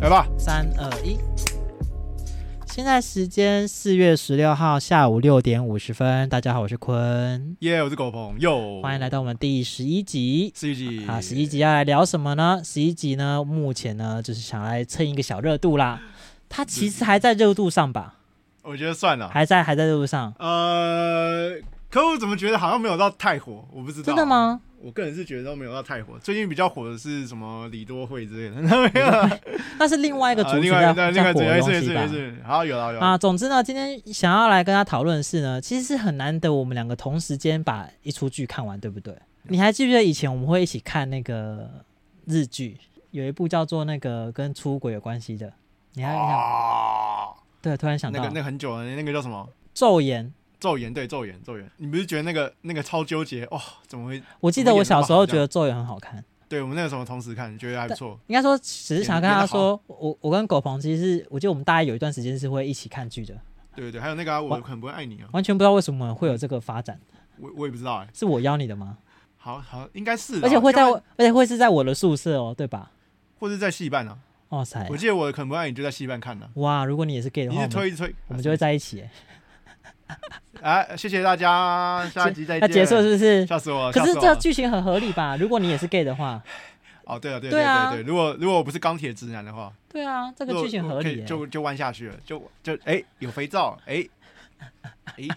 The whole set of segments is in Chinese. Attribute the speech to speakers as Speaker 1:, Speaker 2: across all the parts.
Speaker 1: 来吧，
Speaker 2: 哦三二一。现在时间四月十六号下午六点五十分。大家好，我是坤，
Speaker 1: 耶、我是狗鹏，哟，
Speaker 2: 欢迎来到我们第十一集。
Speaker 1: 十一集
Speaker 2: 啊，十一集要来聊什么呢？十一集呢，目前呢就是想来蹭一个小热度啦。它其实还在热度上吧，
Speaker 1: 我觉得算了。
Speaker 2: 还在还在热度上，
Speaker 1: 呃，可我怎么觉得好像没有到太火？我不知道，
Speaker 2: 真的？吗？
Speaker 1: 我个人是觉得都没有到太火。最近比较火的是什么李多惠之类的， 没有啊
Speaker 2: 那是另外一个族群
Speaker 1: 另外
Speaker 2: 在
Speaker 1: 一个另
Speaker 2: 在
Speaker 1: 外一
Speaker 2: 火
Speaker 1: 个
Speaker 2: 的
Speaker 1: 哎
Speaker 2: 东
Speaker 1: 是
Speaker 2: 西
Speaker 1: 是
Speaker 2: 吧。
Speaker 1: 是，好有了有
Speaker 2: 啊，
Speaker 1: 了，
Speaker 2: 总之呢，今天想要来跟他讨论的是呢，其实是很难得我们两个同时间把一出剧看完，对不对？
Speaker 1: 嗯
Speaker 2: 你还记不记得以前我们会一起看那个日剧，有一部叫做那个跟出轨有关系的，你还想、
Speaker 1: 啊，
Speaker 2: 对，突然想
Speaker 1: 那
Speaker 2: 到、
Speaker 1: 个那个很久了，那个叫什么？
Speaker 2: 昼颜，
Speaker 1: 咒言对咒言咒言，你不是觉得那个那个超纠结哦？怎么会？
Speaker 2: 我记得我小时候觉得昼颜很好看，
Speaker 1: 对我们那个时候同时看，觉得还不错。
Speaker 2: 应该说只是想跟他说，我我跟狗鹏其实是，我记得我们大概有一段时间是会一起看剧的，
Speaker 1: 对对对，还有那个、啊、我
Speaker 2: 我
Speaker 1: 很不会爱你啊，
Speaker 2: 完全不知道为什么会有这个发展，
Speaker 1: 我我也不知道哎、
Speaker 2: 是我邀你的吗？
Speaker 1: 好好应该是啦，啊
Speaker 2: 而且会在
Speaker 1: 要不
Speaker 2: 我
Speaker 1: 然，
Speaker 2: 而且会是在我的宿舍哦，对吧？
Speaker 1: 或是在戏办啊。
Speaker 2: 哇塞
Speaker 1: 我！记得我很不爱你就在戏办看的、啊
Speaker 2: 哇，如果你也是 gay 的
Speaker 1: 你一
Speaker 2: 啊话，我
Speaker 1: 直
Speaker 2: 们
Speaker 1: 推一直推，
Speaker 2: 我们就会在一起耶。
Speaker 1: 哎，谢谢大家，下集再
Speaker 2: 那结
Speaker 1: 见。
Speaker 2: 束是不是？
Speaker 1: 吓死我了！
Speaker 2: 可
Speaker 1: 吓
Speaker 2: 是
Speaker 1: 死我
Speaker 2: 这
Speaker 1: 了
Speaker 2: 剧情很合理吧？如果你也是 gay 的话，
Speaker 1: 哦，对了，对
Speaker 2: 对
Speaker 1: 对
Speaker 2: 啊
Speaker 1: 对对，如果如果我不是钢铁直男的话，
Speaker 2: 对啊，这
Speaker 1: 这
Speaker 2: 个剧情合理耶。
Speaker 1: 就就弯下去了，就就哎有肥皂，哎 哎，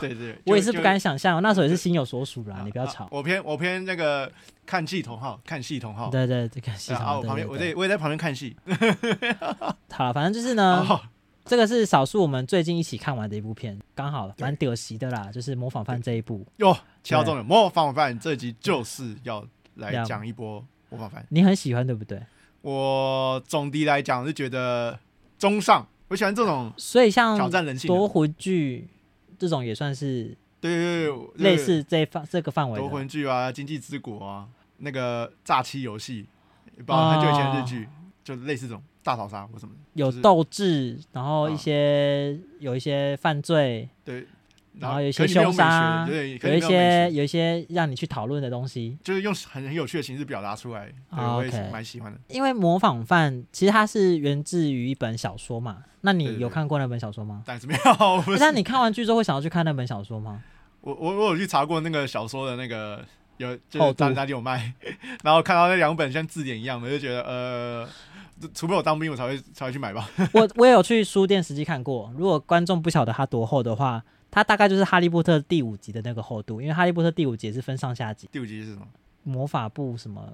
Speaker 1: 对对，对
Speaker 2: 我也是
Speaker 1: 就
Speaker 2: 不敢想象，那时候也是心有所属
Speaker 1: 就
Speaker 2: 啦
Speaker 1: 啊，
Speaker 2: 你不要
Speaker 1: 啊
Speaker 2: 吵。
Speaker 1: 我偏我偏那个看戏同号，看戏同号。
Speaker 2: 对对，这个戏
Speaker 1: 啊，啊我旁边我在我也在旁边看戏。
Speaker 2: 好了，反正就是呢，
Speaker 1: 哦，
Speaker 2: 这个是少数我们最近一起看完的一部片，刚好蛮屌席的啦，就是《模仿犯》这一部。
Speaker 1: 哟，敲中了模仿犯这集就是要来讲一波模仿犯。
Speaker 2: 你很喜欢对不对？
Speaker 1: 我总的来讲是觉得中上，我喜欢这种
Speaker 2: 所以像
Speaker 1: 挑战人性的啊
Speaker 2: 夺魂剧这种也算是
Speaker 1: 对对对对，
Speaker 2: 类似这一范这个范围
Speaker 1: 夺
Speaker 2: 的。
Speaker 1: 魂剧啊、经济之国啊、那个诈欺游戏，包
Speaker 2: 啊
Speaker 1: 括很久以前的日剧，就类似这种大逃杀或什么的。
Speaker 2: 有
Speaker 1: 就是
Speaker 2: 斗志，然后一
Speaker 1: 啊
Speaker 2: 些、有一些犯罪，
Speaker 1: 对，
Speaker 2: 然啊后有一
Speaker 1: 可
Speaker 2: 些
Speaker 1: 是你没
Speaker 2: 凶
Speaker 1: 有美
Speaker 2: 杀，
Speaker 1: 学，对，可
Speaker 2: 有一
Speaker 1: 是你没美
Speaker 2: 些
Speaker 1: 学
Speaker 2: 有一些让你去讨论的东西。
Speaker 1: 就是用很很有趣的形式表达出来，对
Speaker 2: 啊
Speaker 1: 我也是
Speaker 2: OK
Speaker 1: 蛮喜欢的。
Speaker 2: 因为模仿犯其实它是源自于一本小说嘛，那
Speaker 1: 对
Speaker 2: 你
Speaker 1: 对
Speaker 2: 有
Speaker 1: 对
Speaker 2: 看过那本小说吗？哎
Speaker 1: 但是没有，我不是
Speaker 2: 那你看完剧之后会想要去看那本小说 吗？
Speaker 1: 我我我有去查过那个小说的那个。有就
Speaker 2: 厚
Speaker 1: 是
Speaker 2: 度
Speaker 1: 哪哪里有卖，然后看到那两本像字典一样的，我就觉得呃，这除非我当兵我才会才会去买吧。
Speaker 2: 我我也有去书店实际看过。如果观众不晓得它多厚的话，它大概就是《哈利波特》第五集的那个厚度，因为《哈利波特》第五集也是分上下集，
Speaker 1: 第五集是什么？
Speaker 2: 魔法部什么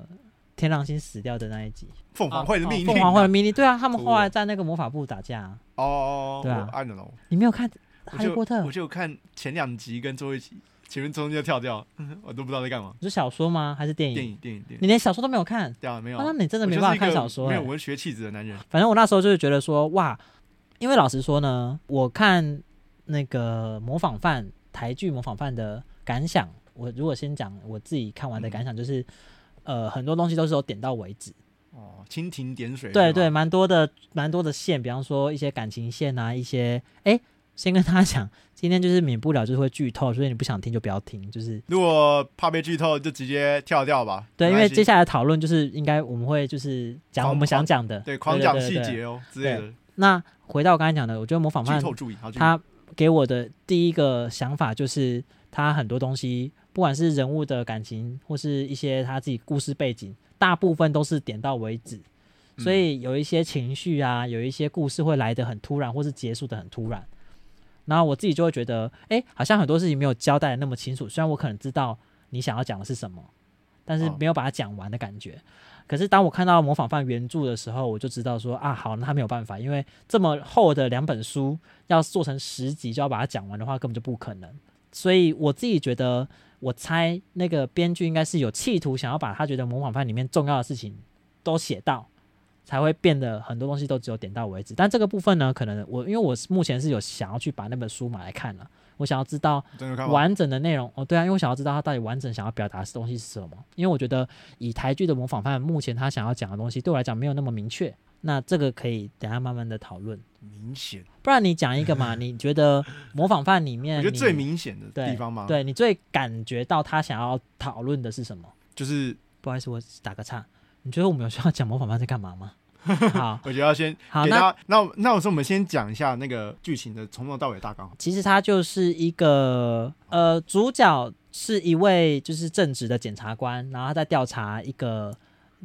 Speaker 2: 天狼星死掉的那一集，
Speaker 1: 凤凰会的
Speaker 2: 哦
Speaker 1: 命令、
Speaker 2: 凤凰会的命令，对啊，他们后
Speaker 1: 哦
Speaker 2: 来在那个魔法部打架啊、
Speaker 1: 哦，
Speaker 2: 对啊
Speaker 1: 我，I don't know，
Speaker 2: 你没有看《
Speaker 1: 我
Speaker 2: 哈利
Speaker 1: 就
Speaker 2: 波特》？
Speaker 1: 我就看前两集跟最后一集，前面中间就跳掉， 我都不知道在干嘛。
Speaker 2: 是小说吗？还是电影？
Speaker 1: 电影，电影，电影，
Speaker 2: 你连小说都没有看，
Speaker 1: 对啊，没有
Speaker 2: 啊
Speaker 1: 啊，
Speaker 2: 那你真的
Speaker 1: 我
Speaker 2: 没
Speaker 1: 就是
Speaker 2: 办法
Speaker 1: 一个
Speaker 2: 看小说、
Speaker 1: 没
Speaker 2: 欸
Speaker 1: 有。文学气质的 男人。
Speaker 2: 反正我那时候就是觉得说，哇，因为老实说呢，我看那个模仿犯台剧模仿犯的感想，我如果先讲我自己看
Speaker 1: 嗯
Speaker 2: 完的感想，就是、呃，很多东西都是有点到为止。
Speaker 1: 哦，蜻蜓点水。
Speaker 2: 对
Speaker 1: 是
Speaker 2: 对，
Speaker 1: 吗，
Speaker 2: 蛮多的蛮多的线，比方说一些感情线啊，一些哎。先跟大家讲，今天就是免不了就是会剧透，所以你不想听就不要听，就是
Speaker 1: 如果怕被剧透，就直接跳掉吧。
Speaker 2: 对，
Speaker 1: 没
Speaker 2: 因
Speaker 1: 关
Speaker 2: 为
Speaker 1: 系
Speaker 2: 接下来讨论就是应该我们会就是讲我们想讲的，
Speaker 1: 对狂讲
Speaker 2: 对对
Speaker 1: 细
Speaker 2: 对
Speaker 1: 节哦之类的，
Speaker 2: 那回到我刚才讲的，我觉得模仿
Speaker 1: 剧
Speaker 2: 犯
Speaker 1: 透注意。好，
Speaker 2: 他给我的第一个想法就是，他很多东西，不管是人物的感情，或是一些他自己故事背景，大部分都是点到为止。
Speaker 1: 嗯
Speaker 2: 所以有一些情绪啊，有一些故事会来得很突然，或是结束得很突然。然后我自己就会觉得，哎，好像很多事情没有交代的那么清楚。虽然我可能知道你想要讲的是什么，但是
Speaker 1: 哦
Speaker 2: 没有把它讲完的感觉。可是当我看到模仿犯原著的时候，我就知道说啊，好，那他没有办法，因为这么厚的两本书要做成十集就要把它讲完的话，根本就不可能。所以我自己觉得，我猜那个编剧应该是有企图想要把他觉得模仿犯里面重要的事情都写到，才会变得很多东西都只有点到为止。但这个部分呢，可能我因为我是目前是有想要去把那本书买来看了，我想要知道
Speaker 1: 真的有看吗？
Speaker 2: 完整的内容哦，对啊，因为我想要知道他到底完整想要表达的东西是什么。因为我觉得以台剧的模仿犯，目前他想要讲的东西对我来讲没有那么明确。那这个可以等一下慢慢的讨论，
Speaker 1: 明显，
Speaker 2: 不然你讲一个 嘛？你觉得模仿犯里面
Speaker 1: 我
Speaker 2: 你，
Speaker 1: 觉得最明显的地方嘛，，
Speaker 2: 对你最感觉到他想要讨论的是什么？
Speaker 1: 就是
Speaker 2: 不好意思，我打个岔，你觉得我们有需要讲模仿犯在干嘛吗？好，
Speaker 1: 我觉得要先
Speaker 2: 好
Speaker 1: 给
Speaker 2: 那
Speaker 1: 大家，那我那我说我们先讲一下那个剧情的从头到尾的大纲。
Speaker 2: 其实他就是一个呃，主角是一位就是正直的检察官，然后他在调查一个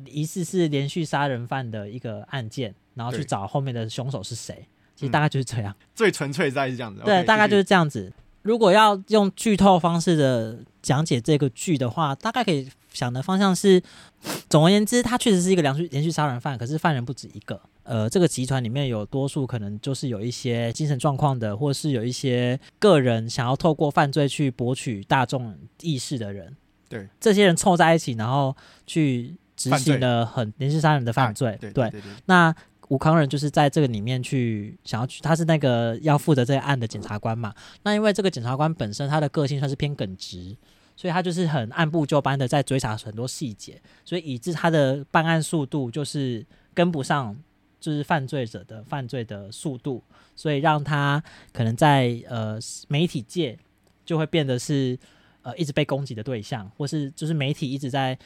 Speaker 2: 疑似是连续杀人犯的一个案件，然后去
Speaker 1: 对
Speaker 2: 找后面的凶手是谁。其实
Speaker 1: 嗯
Speaker 2: 大概就是这样，
Speaker 1: 最纯粹在是这样子，
Speaker 2: 对
Speaker 1: OK，
Speaker 2: 大概就
Speaker 1: 继续
Speaker 2: 是这样子。如果要用剧透方式的讲解这个剧的话，大概可以想的方向是， 总而言之，他确实是一个连续连续杀人犯，可是犯人不止一个。呃，这个集团里面有多数可能就是有一些精神状况的，或是有一些个人想要透过犯罪去博取大众意识的人。
Speaker 1: 对，
Speaker 2: 这些人凑在一起，然后去执
Speaker 1: 犯罪哎
Speaker 2: 行了很连续杀人的犯罪。
Speaker 1: 对
Speaker 2: 对
Speaker 1: 对，对，对
Speaker 2: 那吴康仁就是在这个里面去想要去，他是那个要负责这个案的检察官嘛。那因为这个检察官本身他的个性算是偏耿直，所以他就是很按部就班的在追查很多细节，所以以致他的办案速度就是跟不上。就是犯罪者的犯罪的速度，所以让他可能在呃媒体界就会变得是呃一直被攻击的对象，或是就是媒体一直在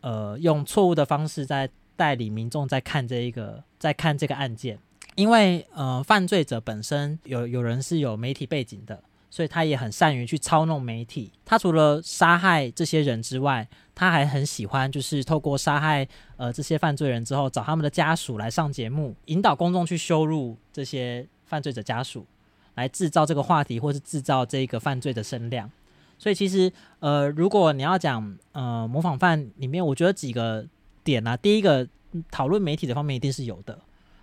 Speaker 2: 呃用错误的方式在代理民众在看这一个在看这个案件，因为呃犯罪者本身有有人是有媒体背景的，所以他也很善于去操弄媒体。他除了杀害这些人之外，他还很喜欢就是透过杀害呃这些犯罪人之后，找他们的家属来上节目，引导公众去羞辱这些犯罪者家属，来制造这个话题或是制造这个犯罪的声量。所以其实，呃，如果你要讲，呃，模仿犯里面，我觉得几个点啊，第一个嗯讨论媒体的方面一定是有的，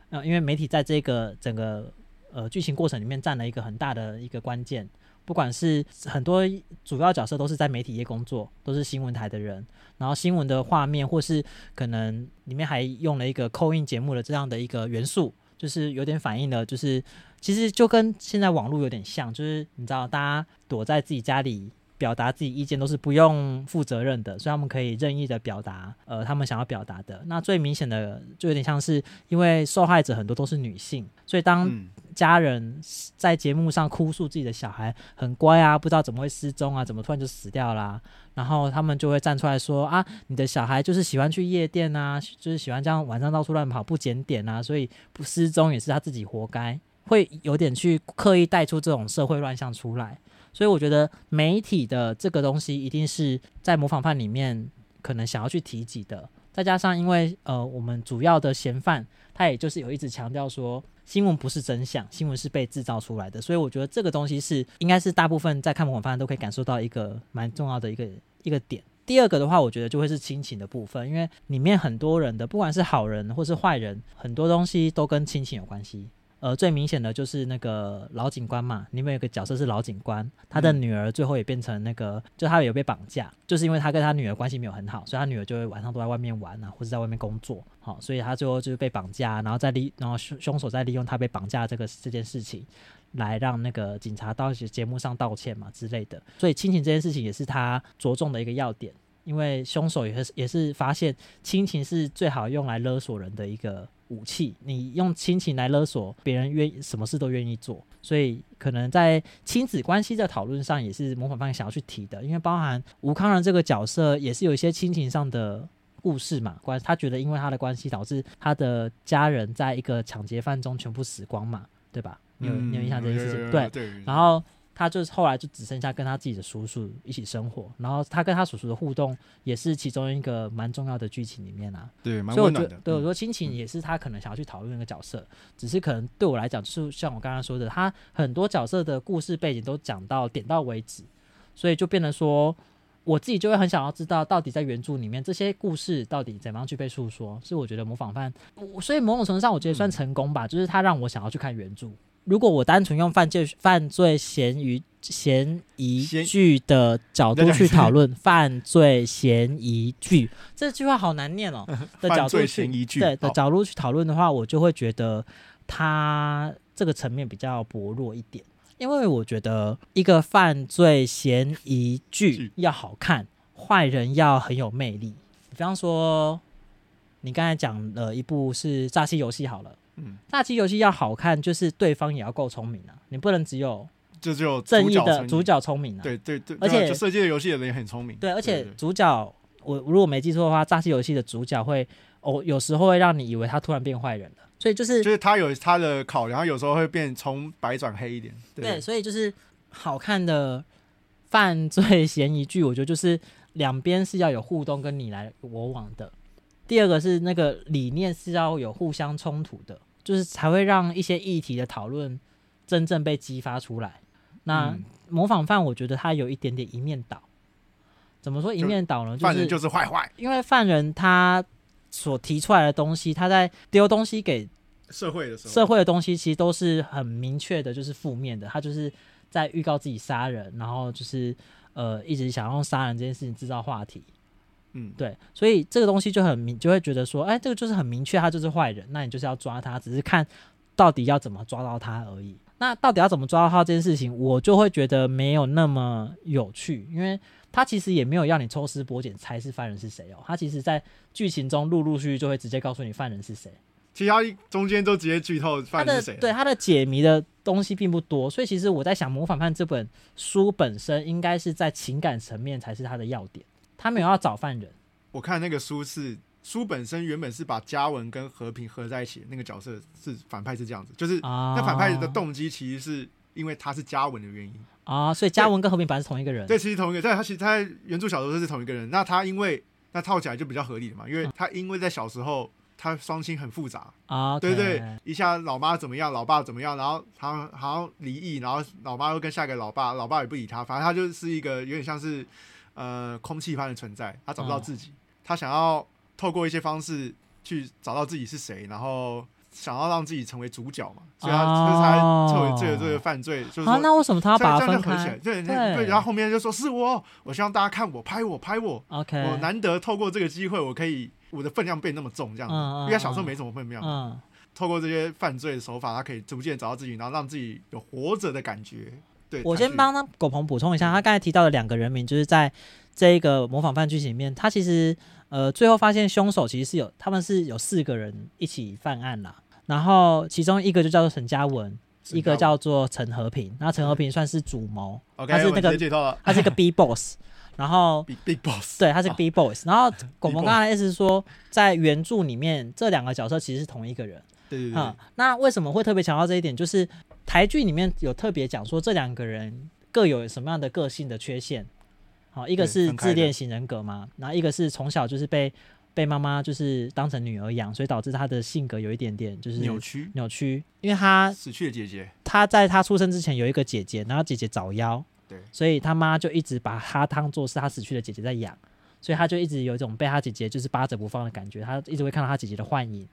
Speaker 2: 呃，因为媒体在这个整个呃剧情过程里面占了一个很大的一个关键。不管是很多主要角色都是在媒体业工作，都是新闻台的人，然后新闻的画面或是可能里面还用了一个扣印节目的这样的一个元素，就是有点反映了，就是其实就跟现在网络有点像，就是你知道大家躲在自己家里表达自己意见都是不用负责任的，所以他们可以任意的表达，呃，他们想要表达的。那最明显的就有点像是，因为受害者很多都是女性，所以当
Speaker 1: 嗯，
Speaker 2: 家人在节目上哭诉自己的小孩很乖啊，不知道怎么会失踪啊，怎么突然就死掉啦、然后他们就会站出来说啊，你的小孩就是喜欢去夜店啊，就是喜欢这样晚上到处乱跑，不检点啊，所以不失踪也是他自己活该，会有点去刻意带出这种社会乱象出来。所以我觉得媒体的这个东西一定是在模仿犯里面可能想要去提及的。再加上因为呃，我们主要的嫌犯他也就是有一直强调说，新闻不是真相，新闻是被制造出来的。所以我觉得这个东西是应该是大部分在看模仿犯都可以感受到一个蛮重要的一个一个点。第二个的话，我觉得就会是亲情的部分，因为里面很多人的，不管是好人或是坏人，很多东西都跟亲情有关系。呃，最明显的就是那个老警官嘛，里面有个角色是老警官，他的
Speaker 1: 嗯
Speaker 2: 女儿最后也变成那个，就他有被绑架，就是因为他跟他女儿关系没有很好，所以他女儿就会晚上都在外面玩啊，或者在外面工作，好、所以他最后就是被绑架，然后再利，然后凶凶手再利用他被绑架这个这件事情，来让那个警察到节目上道歉嘛之类的。所以亲情这件事情也是他着重的一个要点，因为凶手也是也是发现亲情是最好用来勒索人的一个武器，你用亲情来勒索别人愿意什么事都愿意做，所以可能在亲子关系的讨论上也是模仿方想要去提的，因为包含吴康仁这个角色也是有一些亲情上的故事嘛，关他觉得因为他的关系导致他的家人在一个抢劫犯中全部死光嘛，对吧？你有你有印象这件事
Speaker 1: 嗯有有有
Speaker 2: 情？对，
Speaker 1: 有对，
Speaker 2: 然后他就是后来就只剩下跟他自己的叔叔一起生活，然后他跟他叔叔的互动也是其中一个蛮重要的剧情里面啊。
Speaker 1: 对蛮
Speaker 2: 所以我
Speaker 1: 温
Speaker 2: 觉
Speaker 1: 暖
Speaker 2: 得
Speaker 1: 的，，
Speaker 2: 对我
Speaker 1: 嗯
Speaker 2: 说亲情也是他可能想要去讨论那个角色，只是可能对我来讲，就是像我刚刚说的，他很多角色的故事背景都讲到点到为止，所以就变得说。我自己就会很想要知道，到底在原著里面这些故事到底怎么样去被诉说，是我觉得模仿犯，我所以某种程度上我觉得
Speaker 1: 嗯
Speaker 2: 算成功吧，就是他让我想要去看原著。如果我单纯用犯罪犯罪嫌疑嫌疑
Speaker 1: 嫌
Speaker 2: 剧的角
Speaker 1: 你
Speaker 2: 度
Speaker 1: 再讲
Speaker 2: 去
Speaker 1: 一次
Speaker 2: 讨论犯罪嫌疑剧，这句话好难念 哦。的角
Speaker 1: 犯
Speaker 2: 度
Speaker 1: 罪
Speaker 2: 去
Speaker 1: 嫌疑剧，
Speaker 2: 对的
Speaker 1: 好
Speaker 2: 角度去讨论的话，我就会觉得它这个层面比较薄弱一点，因为我觉得一个犯罪嫌疑剧
Speaker 1: 剧
Speaker 2: 要好看，坏人要很有魅力。比方说，你刚才讲了一部是《诈欺游戏》好了，
Speaker 1: 嗯，
Speaker 2: 《诈欺游戏》要好看，就是对方也要够聪明啊，你不能只有
Speaker 1: 这就
Speaker 2: 正义
Speaker 1: 角
Speaker 2: 的
Speaker 1: 成
Speaker 2: 主角聪明啊，
Speaker 1: 对对对，
Speaker 2: 而且
Speaker 1: 就设计的游戏的人也很聪明，
Speaker 2: 对，而且
Speaker 1: 对
Speaker 2: 主角我如果没记错的话，诈欺游戏的主角会哦，有时候会让你以为他突然变坏人了，所以就是
Speaker 1: 就是他有他的考量，有时候会变从白转黑一点。
Speaker 2: 对，所以就是好看的犯罪嫌疑剧，我觉得就是两边是要有互动，跟你来我往的。第二个是那个理念是要有互相冲突的，就是才会让一些议题的讨论真正被激发出来。那
Speaker 1: 嗯
Speaker 2: 模仿犯，我觉得他有一点点一面倒。怎么说一
Speaker 1: 就
Speaker 2: 面倒呢？就
Speaker 1: 犯
Speaker 2: 是
Speaker 1: 人就是坏坏，
Speaker 2: 因为犯人他所提出来的东西，他在丢东西给
Speaker 1: 社会的时候，
Speaker 2: 社会的东西其实都是很明确的，就是负面的。他就是在预告自己杀人，然后就是呃一直想用杀人这件事情制造话题。
Speaker 1: 嗯，
Speaker 2: 对，所以这个东西就很明，就会觉得说，哎，这个就是很明确，他就是坏人，那你就是要抓他，只是看到底要怎么抓到他而已。那到底要怎么抓到他这件事情，我就会觉得没有那么有趣，因为他其实也没有要你抽丝剥茧猜是犯人是谁哦，他其实在剧情中陆陆续续就会直接告诉你犯人是谁。
Speaker 1: 其实他一中间都直接剧透
Speaker 2: 他
Speaker 1: 犯人
Speaker 2: 的
Speaker 1: 是谁了，啊
Speaker 2: 对他的解谜的东西并不多，所以其实我在想，《模仿犯》这本书本身应该是在情感层面才是他的要点，他没有要找犯人。
Speaker 1: 我看那个书是书本身原本是把嘉文跟和平合在一起，那个角色是反派是这样子，就是
Speaker 2: 啊
Speaker 1: 那反派的动机其实是因为他是嘉文的原因。
Speaker 2: 啊，所以嘉文跟和平本来是同一个人。
Speaker 1: 对，其实同一个，但他其实他在原著小说是同一个人。那他因为那套起来就比较合理了嘛，因为
Speaker 2: 嗯
Speaker 1: 他因为在小时候他双亲很复杂，
Speaker 2: 啊，
Speaker 1: 对对，一下老妈怎么样，老爸怎么样，然后好像好像离异，然后老妈又跟下一个老爸，老爸也不理他，反正他就是一个有点像是呃空气般的存在，他找不到自
Speaker 2: 嗯
Speaker 1: 己，他想要透过一些方式去找到自己是谁，然后想要让自己成为主角嘛，所以他、
Speaker 2: 哦
Speaker 1: 所以才作为这个这个犯罪，就是
Speaker 2: 啊
Speaker 1: 说，。
Speaker 2: 那为什么他要
Speaker 1: 这样
Speaker 2: 把
Speaker 1: 这
Speaker 2: 它
Speaker 1: 样
Speaker 2: 分
Speaker 1: 就合起来，
Speaker 2: 开
Speaker 1: 对
Speaker 2: 对
Speaker 1: 对，然后后面就说是我，我希望大家看我，拍我，拍我，
Speaker 2: ？OK，
Speaker 1: 我难得透过这个机会，我可以我的分量变那么重，这样子，
Speaker 2: 嗯嗯
Speaker 1: 因为他小时
Speaker 2: 嗯
Speaker 1: 候没什么分量，
Speaker 2: 嗯，
Speaker 1: 透过这些犯罪的手法，他可以逐渐找到自己，然后让自己有活着的感觉。对，
Speaker 2: 我
Speaker 1: 才
Speaker 2: 先
Speaker 1: 去
Speaker 2: 帮他狗鹏补充一下，他刚才提到的两个人名，就是在这一个模仿犯剧情里面，他其实呃最后发现凶手其实是有他们是有四个人一起犯案啦，然后其中一个就叫做陈嘉文，
Speaker 1: 沈
Speaker 2: 一个
Speaker 1: 佳
Speaker 2: 叫做陈和平，那陈和平算是主谋，
Speaker 1: 文
Speaker 2: 他
Speaker 1: OK，
Speaker 2: 是
Speaker 1: 我
Speaker 2: 那个
Speaker 1: 直接解套了
Speaker 2: 他是一个 B boss，然后
Speaker 1: Big Big Boss。
Speaker 2: 对，他是个
Speaker 1: 啊
Speaker 2: B boys、然 后狗
Speaker 1: B
Speaker 2: 鹏
Speaker 1: boy
Speaker 2: 刚才的意思是说，在原著里面这两个角色其实是同一个人。
Speaker 1: 对对对
Speaker 2: 嗯，，那为什么会特别强调这一点？就是台剧里面有特别讲说这两个人各有什么样的个性的缺陷。好，一个
Speaker 1: 对
Speaker 2: 是
Speaker 1: 分开
Speaker 2: 自
Speaker 1: 的
Speaker 2: 恋型人格嘛，然后一个是从小就是被被妈妈就是当成女儿养，所以导致他的性格有一点点就是
Speaker 1: 扭曲，
Speaker 2: 扭曲，因为他
Speaker 1: 死去的姐姐。
Speaker 2: 他在他出生之前有一个姐姐，然后姐姐早夭，
Speaker 1: 对
Speaker 2: 所以他妈就一直把他当做是他死去的姐姐在养，所以他就一直有一种被他姐姐就是扒着不放的感觉，他一直会看到他姐姐的幻影，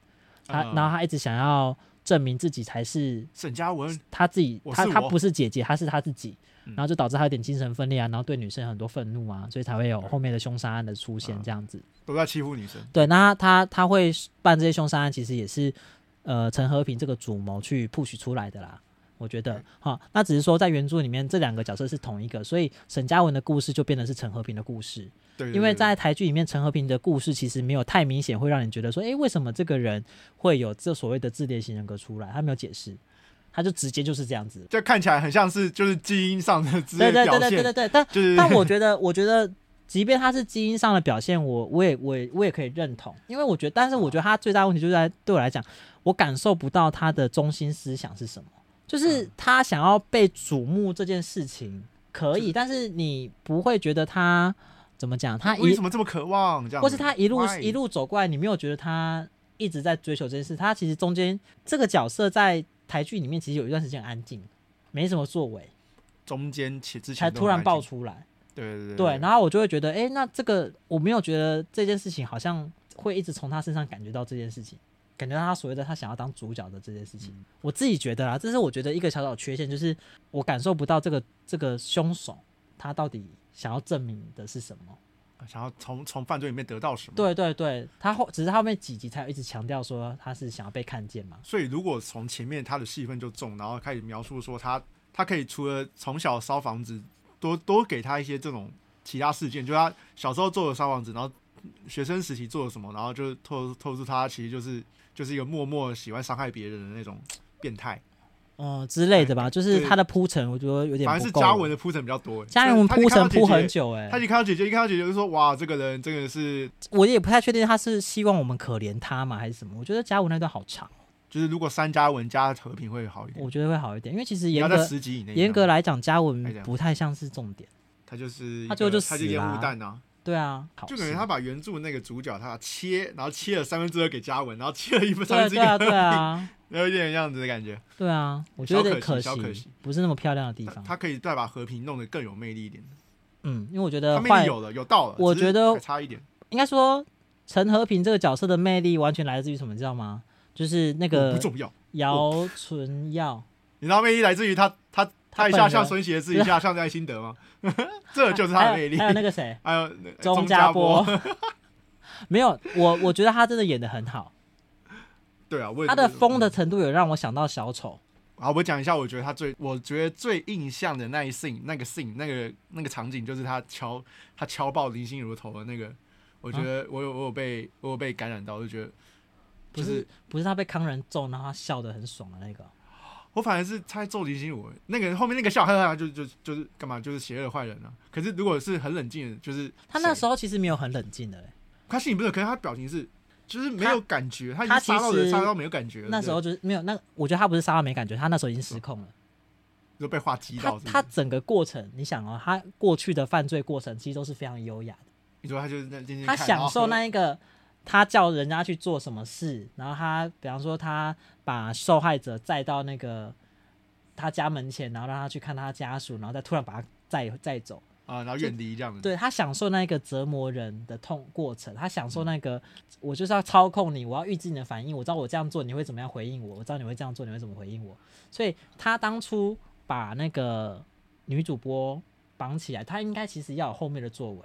Speaker 2: 他、
Speaker 1: 嗯
Speaker 2: 然后他一直想要证明自己才是
Speaker 1: 沈嘉文，
Speaker 2: 他自己，
Speaker 1: 我
Speaker 2: 他
Speaker 1: 是
Speaker 2: 他
Speaker 1: 我
Speaker 2: 不是姐姐，他是他自己，
Speaker 1: 嗯
Speaker 2: 然后就导致他有点精神分裂啊，然后对女生很多愤怒啊，所以才会有后面的凶杀案的出现
Speaker 1: 嗯
Speaker 2: 这样子。
Speaker 1: 都在欺负女生。
Speaker 2: 对，那他他会办这些凶杀案，其实也是呃陈和平这个主谋去 push 出来的啦。我觉得
Speaker 1: 嗯，
Speaker 2: 哈，那只是说在原著里面这两个角色是同一个，所以沈嘉文的故事就变得是陈和平的故事。
Speaker 1: 对，对
Speaker 2: 因为
Speaker 1: 对
Speaker 2: 在台剧里面，陈和平的故事其实没有太明显，会让你觉得说，诶，为什么这个人会有这所谓的自恋型人格出来？他没有解释，他就直接就是这样子。
Speaker 1: 就看起来很像是就是基因上的之类
Speaker 2: 对
Speaker 1: 的
Speaker 2: 对对
Speaker 1: 表
Speaker 2: 对对对
Speaker 1: 现，
Speaker 2: 对，但
Speaker 1: 就是
Speaker 2: 但 我觉得，我觉得，即便他是基因上的表现，我我也我也我也可以认同，因为我觉得，但是我觉得他最大问题就在对我来讲，我感受不到他的中心思想是什么，就是
Speaker 1: 嗯
Speaker 2: 他想要被瞩目这件事情可以，
Speaker 1: 是
Speaker 2: 但是你不会觉得他怎么讲，他
Speaker 1: 为
Speaker 2: 一
Speaker 1: 什么这么渴望这样子？
Speaker 2: 或是他一路
Speaker 1: Why？
Speaker 2: 一路走过来，你没有觉得他一直在追求这件事，他其实中间这个角色在台剧里面其实有一段时间很安静，没什么作为，
Speaker 1: 中间起之
Speaker 2: 才
Speaker 1: 前都
Speaker 2: 突然
Speaker 1: 很安
Speaker 2: 爆
Speaker 1: 静，
Speaker 2: 出来。
Speaker 1: 对对对
Speaker 2: 对，
Speaker 1: 对，
Speaker 2: 然后我就会觉得，哎，那这个我没有觉得这件事情好像会一直从他身上感觉到这件事情，感觉到他所谓的他想要当主角的这件事
Speaker 1: 嗯
Speaker 2: 情。我自己觉得啦，这是我觉得一个小小缺陷，就是我感受不到这个这个凶手他到底想要证明的是什么。
Speaker 1: 想要从从犯罪里面得到什么？
Speaker 2: 对对对，他后只是他后面几集才有一直强调说他是想要被看见嘛。
Speaker 1: 所以如果从前面他的戏份就重，然后开始描述说他他可以除了从小烧房子，多多给他一些这种其他事件，就他小时候做的烧房子，然后学生时期做了什么，然后就透透出他其实就是就是一个默默喜欢伤害别人的那种变态。
Speaker 2: 嗯、之类的吧，就是它的铺陈，我觉得有点
Speaker 1: 哎反而
Speaker 2: 不
Speaker 1: 是
Speaker 2: 够。
Speaker 1: 嘉文的铺陈比较多、欸，
Speaker 2: 嘉文
Speaker 1: 他一
Speaker 2: 铺
Speaker 1: 看到
Speaker 2: 陈
Speaker 1: 姐
Speaker 2: 铺很
Speaker 1: 姐。
Speaker 2: 久、欸，
Speaker 1: 他一看到姐姐，一看到姐姐就说：“哇，这个人真的是，
Speaker 2: 我也不太确定他是希望我们可怜他嘛，还是什么。我觉得嘉文那段好长，
Speaker 1: 就是如果三嘉文加和平会好一点，
Speaker 2: 我觉得会好一点，因为其实
Speaker 1: 你
Speaker 2: 严
Speaker 1: 要在
Speaker 2: 格
Speaker 1: 十集以内。”
Speaker 2: 严格，来讲，嘉
Speaker 1: 还
Speaker 2: 文
Speaker 1: 这样
Speaker 2: 不太像是重点。
Speaker 1: 他就是
Speaker 2: 他最后就
Speaker 1: 一个他就
Speaker 2: 死
Speaker 1: 烟
Speaker 2: 啦
Speaker 1: 雾弹啊，
Speaker 2: 对啊，好
Speaker 1: 就感
Speaker 2: 事
Speaker 1: 觉他把原著那个主角他切，然后切了三分之二给嘉文，然后切了一分
Speaker 2: 对啊
Speaker 1: 三分之一
Speaker 2: 对
Speaker 1: 给
Speaker 2: 啊
Speaker 1: 和
Speaker 2: 对
Speaker 1: 平，
Speaker 2: 啊
Speaker 1: 有一点样子的感觉。
Speaker 2: 对啊，我觉
Speaker 1: 小
Speaker 2: 得有点
Speaker 1: 可惜小可
Speaker 2: 惜
Speaker 1: 惜，
Speaker 2: 不是那么漂亮的地
Speaker 1: 他
Speaker 2: 方。
Speaker 1: 他可以再把和平弄得更有魅力一点，
Speaker 2: 嗯，因为我觉得
Speaker 1: 他魅
Speaker 2: 坏
Speaker 1: 力有了，有到了，
Speaker 2: 我
Speaker 1: 只是
Speaker 2: 觉得
Speaker 1: 还差一点。
Speaker 2: 应该说陈和平这个角色的魅力完全来自于什么，你知道吗？就是那
Speaker 1: 我不
Speaker 2: 个
Speaker 1: 重要，
Speaker 2: 姚纯 耀，
Speaker 1: 你知道魅力来自于他他他一下
Speaker 2: 本
Speaker 1: 像
Speaker 2: 人
Speaker 1: 孙协志，一下像赖辛德吗？ 这就是他的
Speaker 2: 还
Speaker 1: 魅
Speaker 2: 有
Speaker 1: 力
Speaker 2: 还。有那个谁，
Speaker 1: 还有那
Speaker 2: 钟
Speaker 1: 家
Speaker 2: 家波， 没有我，我觉得他真的演的很好，
Speaker 1: 对啊，我也
Speaker 2: 他
Speaker 1: 觉
Speaker 2: 的
Speaker 1: 得
Speaker 2: 疯的程度有让我想到小丑。
Speaker 1: 好，我讲一下，我觉得他最，我觉得最印象的那一 scene，那个 scene，那个那个场景，就是他敲他敲爆林心如头的那个，我觉得我有我有被我有被感染到，我就觉得
Speaker 2: 啊不
Speaker 1: 就是是
Speaker 2: 不是他被康仁揍，然后他笑得很爽的那个，
Speaker 1: 我反而是他在揍林心如，那个后面那个笑哈哈，就就就是干嘛，就是邪恶坏人啊。可是如果是很冷静的，就是
Speaker 2: 他那时
Speaker 1: 候
Speaker 2: 候其实没有很冷静的、欸，
Speaker 1: 他心里不是，可是他表情是就是没
Speaker 2: 他
Speaker 1: 有感觉，他已
Speaker 2: 他
Speaker 1: 经杀到
Speaker 2: 其
Speaker 1: 人
Speaker 2: 实
Speaker 1: 杀到没有感觉了，
Speaker 2: 那时候就是没有那，我觉得他不是杀他没感觉，他那时候已经失控了。
Speaker 1: 就被话击
Speaker 2: 他
Speaker 1: 到是不是
Speaker 2: 他整个过程，你想哦，他过去的犯罪过程其实都是非常优雅的，
Speaker 1: 你说他就是在静静
Speaker 2: 他
Speaker 1: 看
Speaker 2: 享受。
Speaker 1: 然后
Speaker 2: 那一个。他叫人家去做什么事，然后他，比方说他把受害者载到那个他家门前，然后让他去看他家属，然后再突然把他载载走。
Speaker 1: 啊，然后远离这样子，
Speaker 2: 对他享受那个折磨人的痛过程，他享受那个我就是要操控你，我要预知你的反应，我知道我这样做你会怎么样回应我，我知道你会这样做你会怎么回应我。所以他当初把那个女主播绑起来，他应该其实要有后面的作为。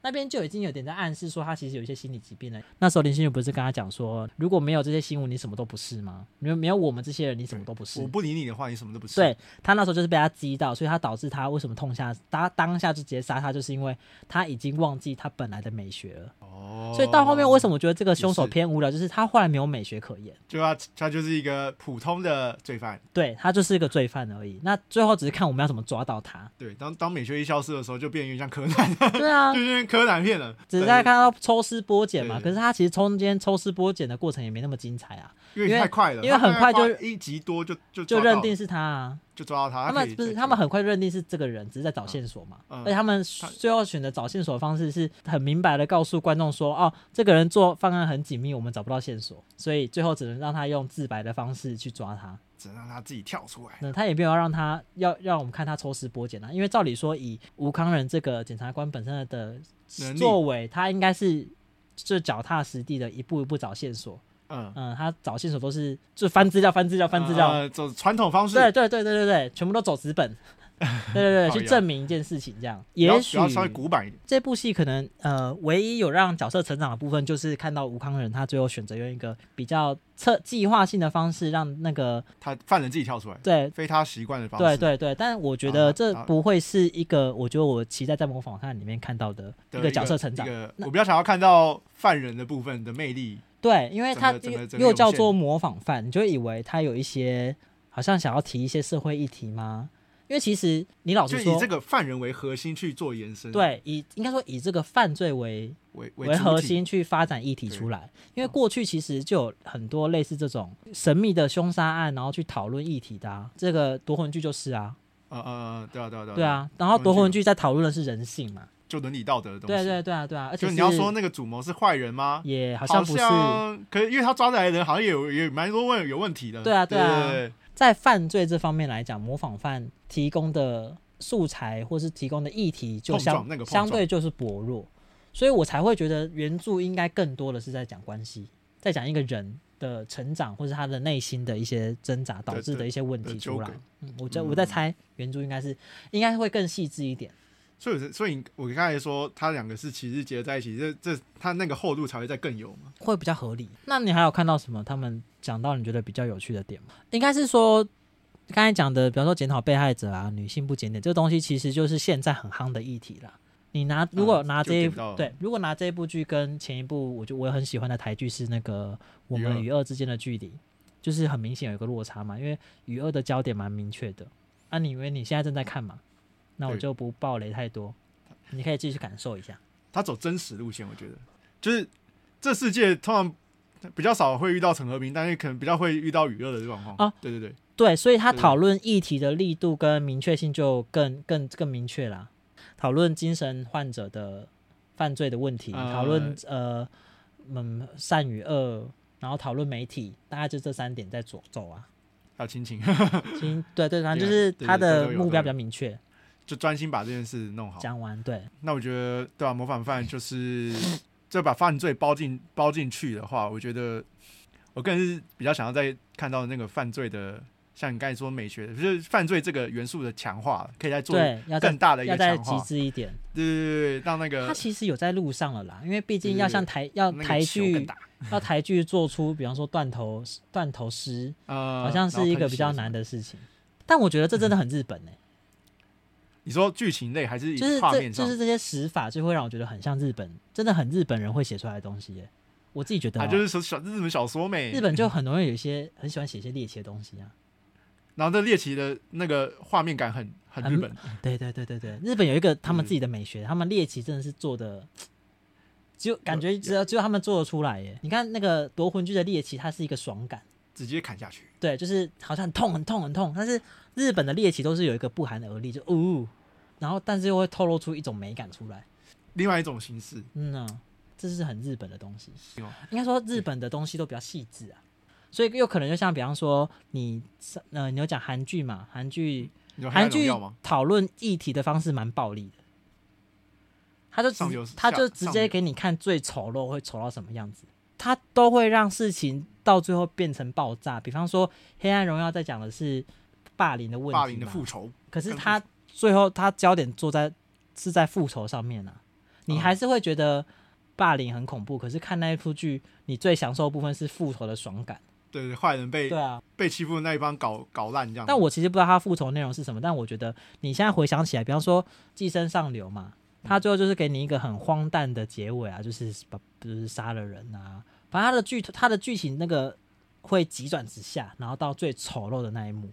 Speaker 2: 那边就已经有点在暗示说他其实有一些心理疾病了。那时候林心如不是跟他讲说，如果没有这些新闻，你什么都不是吗？ 没有没有我们这些人，你什么都不是
Speaker 1: 我。不理你的话，你什么都不是。
Speaker 2: 对他那时候就是被他激到，所以他导致他为什么痛下，他当下就直接杀他，就是因为他已经忘记他本来的美学了。
Speaker 1: 哦，
Speaker 2: 所以到后面为什么我觉得这个
Speaker 1: 也
Speaker 2: 凶手
Speaker 1: 是
Speaker 2: 偏无聊，就是他后来没有美学可言，
Speaker 1: 就他他就是一个普通的罪犯，
Speaker 2: 对他就是一个罪犯而已。那最后只是看我们要怎么抓到他。
Speaker 1: 对。当当美学一消失的时候，就变得有点像柯南，
Speaker 2: 对啊
Speaker 1: 就，变成柯南片了。
Speaker 2: 只是在看到抽丝剥茧嘛。
Speaker 1: 对
Speaker 2: 可是他其实中间抽丝剥茧的过程也没那么精彩啊，
Speaker 1: 对，因为
Speaker 2: 因为
Speaker 1: 太快了，
Speaker 2: 因为很快就
Speaker 1: 他大概花一集多就
Speaker 2: 就
Speaker 1: 就抓到
Speaker 2: 认定是他啊。
Speaker 1: 就抓到他，
Speaker 2: 他
Speaker 1: 他
Speaker 2: 们不是他们很快就认定是这个人，只是在找线索嘛。
Speaker 1: 嗯
Speaker 2: 而且他们最后选择找线索的方式是很明白的告诉观众说，哦，这个人做犯案很紧密，我们找不到线索，所以最后只能让他用自白的方式去抓他。
Speaker 1: 只能让他自己跳出来。
Speaker 2: 那他也没有让他要让我们看他抽丝剥茧啊，因为照理说以吴康仁这个检察官本身的
Speaker 1: 能力
Speaker 2: 作为，他应该是就脚踏实地的一步一步找线索。
Speaker 1: 嗯，
Speaker 2: 嗯，他找线索都是就翻资料、翻资料、翻资料，
Speaker 1: 呃，走传统方式，
Speaker 2: 对对对对对对，全部都走纸 本，对对对，
Speaker 1: 靠
Speaker 2: 去
Speaker 1: 腰
Speaker 2: 证明一件事情，这样。
Speaker 1: 比较
Speaker 2: 也许
Speaker 1: 比较稍微古板一点。
Speaker 2: 这部戏可能呃，唯一有让角色成长的部分，就是看到吴康仁他最后选择用一个比较策计划性的方式，让那个
Speaker 1: 他犯人自己跳出来，
Speaker 2: 对
Speaker 1: 非他习惯的方
Speaker 2: 对
Speaker 1: 式。啊
Speaker 2: 对对，但我觉
Speaker 1: 好
Speaker 2: 得
Speaker 1: 了
Speaker 2: 这
Speaker 1: 好了
Speaker 2: 不会是一个，我觉得我期待在模仿看里面看到的
Speaker 1: 的
Speaker 2: 一
Speaker 1: 一
Speaker 2: 个角色成长
Speaker 1: 一。个我比较想要看到犯人的部分的魅力，
Speaker 2: 对，因为
Speaker 1: 整
Speaker 2: 他
Speaker 1: 个整个整个
Speaker 2: 又
Speaker 1: 涌
Speaker 2: 叫
Speaker 1: 现
Speaker 2: 做模仿犯，你就会以为他有一些好像想要提一些社会议题吗？因为其实你老
Speaker 1: 就
Speaker 2: 实说，
Speaker 1: 以这个犯人为核心去做延伸，，
Speaker 2: 对，以应该说以这个犯罪为
Speaker 1: 为
Speaker 2: 为
Speaker 1: 主
Speaker 2: 核
Speaker 1: 体，嗯
Speaker 2: 心去发展议题出来，因为过去其实就有很多类似这种神秘的凶杀案，然后去讨论议题的、啊，这个夺魂剧就是啊，
Speaker 1: 呃呃，呃对啊对啊对啊，
Speaker 2: 对，啊，然后夺
Speaker 1: 夺魂剧
Speaker 2: 魂
Speaker 1: 嘛
Speaker 2: 剧在讨论的是人性嘛，
Speaker 1: 就伦理道德的东
Speaker 2: 对
Speaker 1: 西，
Speaker 2: 对对啊对啊，而且
Speaker 1: 就是你要说那个主谋是坏人吗？
Speaker 2: 也好
Speaker 1: 好
Speaker 2: 像不是
Speaker 1: 像可是因为他抓起来的人好像也有也蛮多问有问题的。
Speaker 2: 对啊对
Speaker 1: 对
Speaker 2: 啊
Speaker 1: 对对
Speaker 2: 在犯罪这方面来讲，模仿犯提供的素材或是提供的议题就
Speaker 1: 碰
Speaker 2: 相
Speaker 1: 撞那个碰撞
Speaker 2: 相对就是薄弱，所以我才会觉得原著应该更多的是在讲关系，在讲一个人的成长或是他的内心的一些挣扎导致的一些问
Speaker 1: 的
Speaker 2: 题
Speaker 1: 的
Speaker 2: 出来
Speaker 1: 纠葛。
Speaker 2: 嗯，我在我在猜原著应该是应该会更细致一点。
Speaker 1: 所以所以我刚才说他两个是其实结合在一起，这这他那个厚度才会再更有嘛。
Speaker 2: 会比较合理。那你还有看到什么他们讲到你觉得比较有趣的点吗？应该是说刚才讲的，比方说检讨被害者啊，女性不检点这个东西，其实就是现在很夯的议题啦。你拿如果拿这一、
Speaker 1: 就点到
Speaker 2: 对，如果拿这一部剧跟前一部，我就我很喜欢的台剧是那个《我
Speaker 1: 与恶
Speaker 2: 们与恶之间的距离》，就是很明显有一个落差嘛，因为与二的焦点蛮明确的。啊，你以为你现在正在看嘛？那我
Speaker 1: 对
Speaker 2: 就不爆雷太多，你可以继续感受一下。
Speaker 1: 他走真实路线，我觉得就是这世界通常比较少会遇到陈和平，但是可能比较会遇到娱乐的状况
Speaker 2: 啊。
Speaker 1: 对对对，
Speaker 2: 对，所以他
Speaker 1: 对
Speaker 2: 讨论议题的力度跟明确性就更更更明确啦。讨论精神患者的犯罪的问题，
Speaker 1: 呃
Speaker 2: 讨论呃嗯善与恶，然后讨论媒体，大概就这三点在走走啊。
Speaker 1: 还有亲情，
Speaker 2: 其实对对，反正
Speaker 1: 对啊
Speaker 2: 就是
Speaker 1: 对
Speaker 2: 他
Speaker 1: 对这
Speaker 2: 的
Speaker 1: 都有
Speaker 2: 目
Speaker 1: 都
Speaker 2: 标
Speaker 1: 有
Speaker 2: 比较明确。
Speaker 1: 就专心把这件事弄好。
Speaker 2: 讲完对，
Speaker 1: 那我觉得，对啊吧、模仿犯就是这把犯罪包进包进去的话，我觉得我个人是比较想要再看到那个犯罪的，像你刚才说美学，就是犯罪这个元素的强化，可以再做
Speaker 2: 对，要再
Speaker 1: 更大的一
Speaker 2: 要
Speaker 1: 个
Speaker 2: 再
Speaker 1: 强
Speaker 2: 极
Speaker 1: 化。
Speaker 2: 致一点。
Speaker 1: 对对对对，让那个
Speaker 2: 他其实有在路上了啦，因为毕竟
Speaker 1: 对对
Speaker 2: 要
Speaker 1: 对
Speaker 2: 像台要
Speaker 1: 那个
Speaker 2: 台
Speaker 1: 球更
Speaker 2: 剧
Speaker 1: 大，
Speaker 2: 要台剧做出，比方说断头断头诗，
Speaker 1: 呃，
Speaker 2: 好像
Speaker 1: 然后
Speaker 2: 是一
Speaker 1: 喷
Speaker 2: 个比
Speaker 1: 血
Speaker 2: 较
Speaker 1: 什么
Speaker 2: 难
Speaker 1: 的。嗯
Speaker 2: 的事情。但我觉得这真的很日本呢、
Speaker 1: 你说剧情类还是以
Speaker 2: 就是
Speaker 1: 画
Speaker 2: 这
Speaker 1: 面上啊
Speaker 2: 就是这些死法就会让我觉得很像日本，真的很日本人会写出来的东西耶、我自己觉得、
Speaker 1: 啊，
Speaker 2: 哦，
Speaker 1: 就是小小日本小说美，
Speaker 2: 日本就很容易有一些很喜欢写一些猎奇的东西啊。
Speaker 1: 然后这猎奇的那个画面感很很
Speaker 2: 很
Speaker 1: 日本，
Speaker 2: 对对对对对，日本有一个他们自己的美学，他们猎奇真的是做的，只有感觉只有只有他们做得出来耶。你看那个夺魂剧的猎奇，它是一个爽感，
Speaker 1: 直接砍下去。
Speaker 2: 对，就是好像很痛很痛很痛，但是日本的猎奇都是有一个不寒而栗，就呜、然后但是又会透露出一种美感出来。
Speaker 1: 另外一种形式，
Speaker 2: 嗯呐、这是很日本的东西
Speaker 1: 哦。
Speaker 2: 应该说日本的东西都比较细致啊，所以有可能就像比方说你呃，你有讲韩剧嘛？韩剧
Speaker 1: 你说
Speaker 2: 韩
Speaker 1: 荣
Speaker 2: 剧
Speaker 1: 耀吗？
Speaker 2: 讨论议题的方式蛮暴力的，他就
Speaker 1: 上流
Speaker 2: 直他就
Speaker 1: 下
Speaker 2: 直
Speaker 1: 上
Speaker 2: 接
Speaker 1: 流
Speaker 2: 给你看最丑陋会丑到什么样子，他都会让事情到最后变成爆炸。比方说《黑暗荣耀》在讲的是霸凌的问题嘛，
Speaker 1: 霸凌的复仇，
Speaker 2: 可是
Speaker 1: 跟
Speaker 2: 他最后他焦点做在是在复仇上面啊，你
Speaker 1: 嗯
Speaker 2: 还是会觉得霸凌很恐怖，可是看那一部剧，你最享受的部分是复仇的爽感。
Speaker 1: 对对，嗯坏人被
Speaker 2: 对啊，
Speaker 1: 被欺负的那一方搞搞烂这样。
Speaker 2: 但我其实不知道他复仇内容是什么，但我觉得你现在回想起来，比方说《寄生上流》嘛，
Speaker 1: 嗯
Speaker 2: 他最后就是给你一个很荒诞的结尾啊，就是把就是杀了人啊，反正他的剧他的剧情那个会急转直下，然后到最丑陋的那一幕，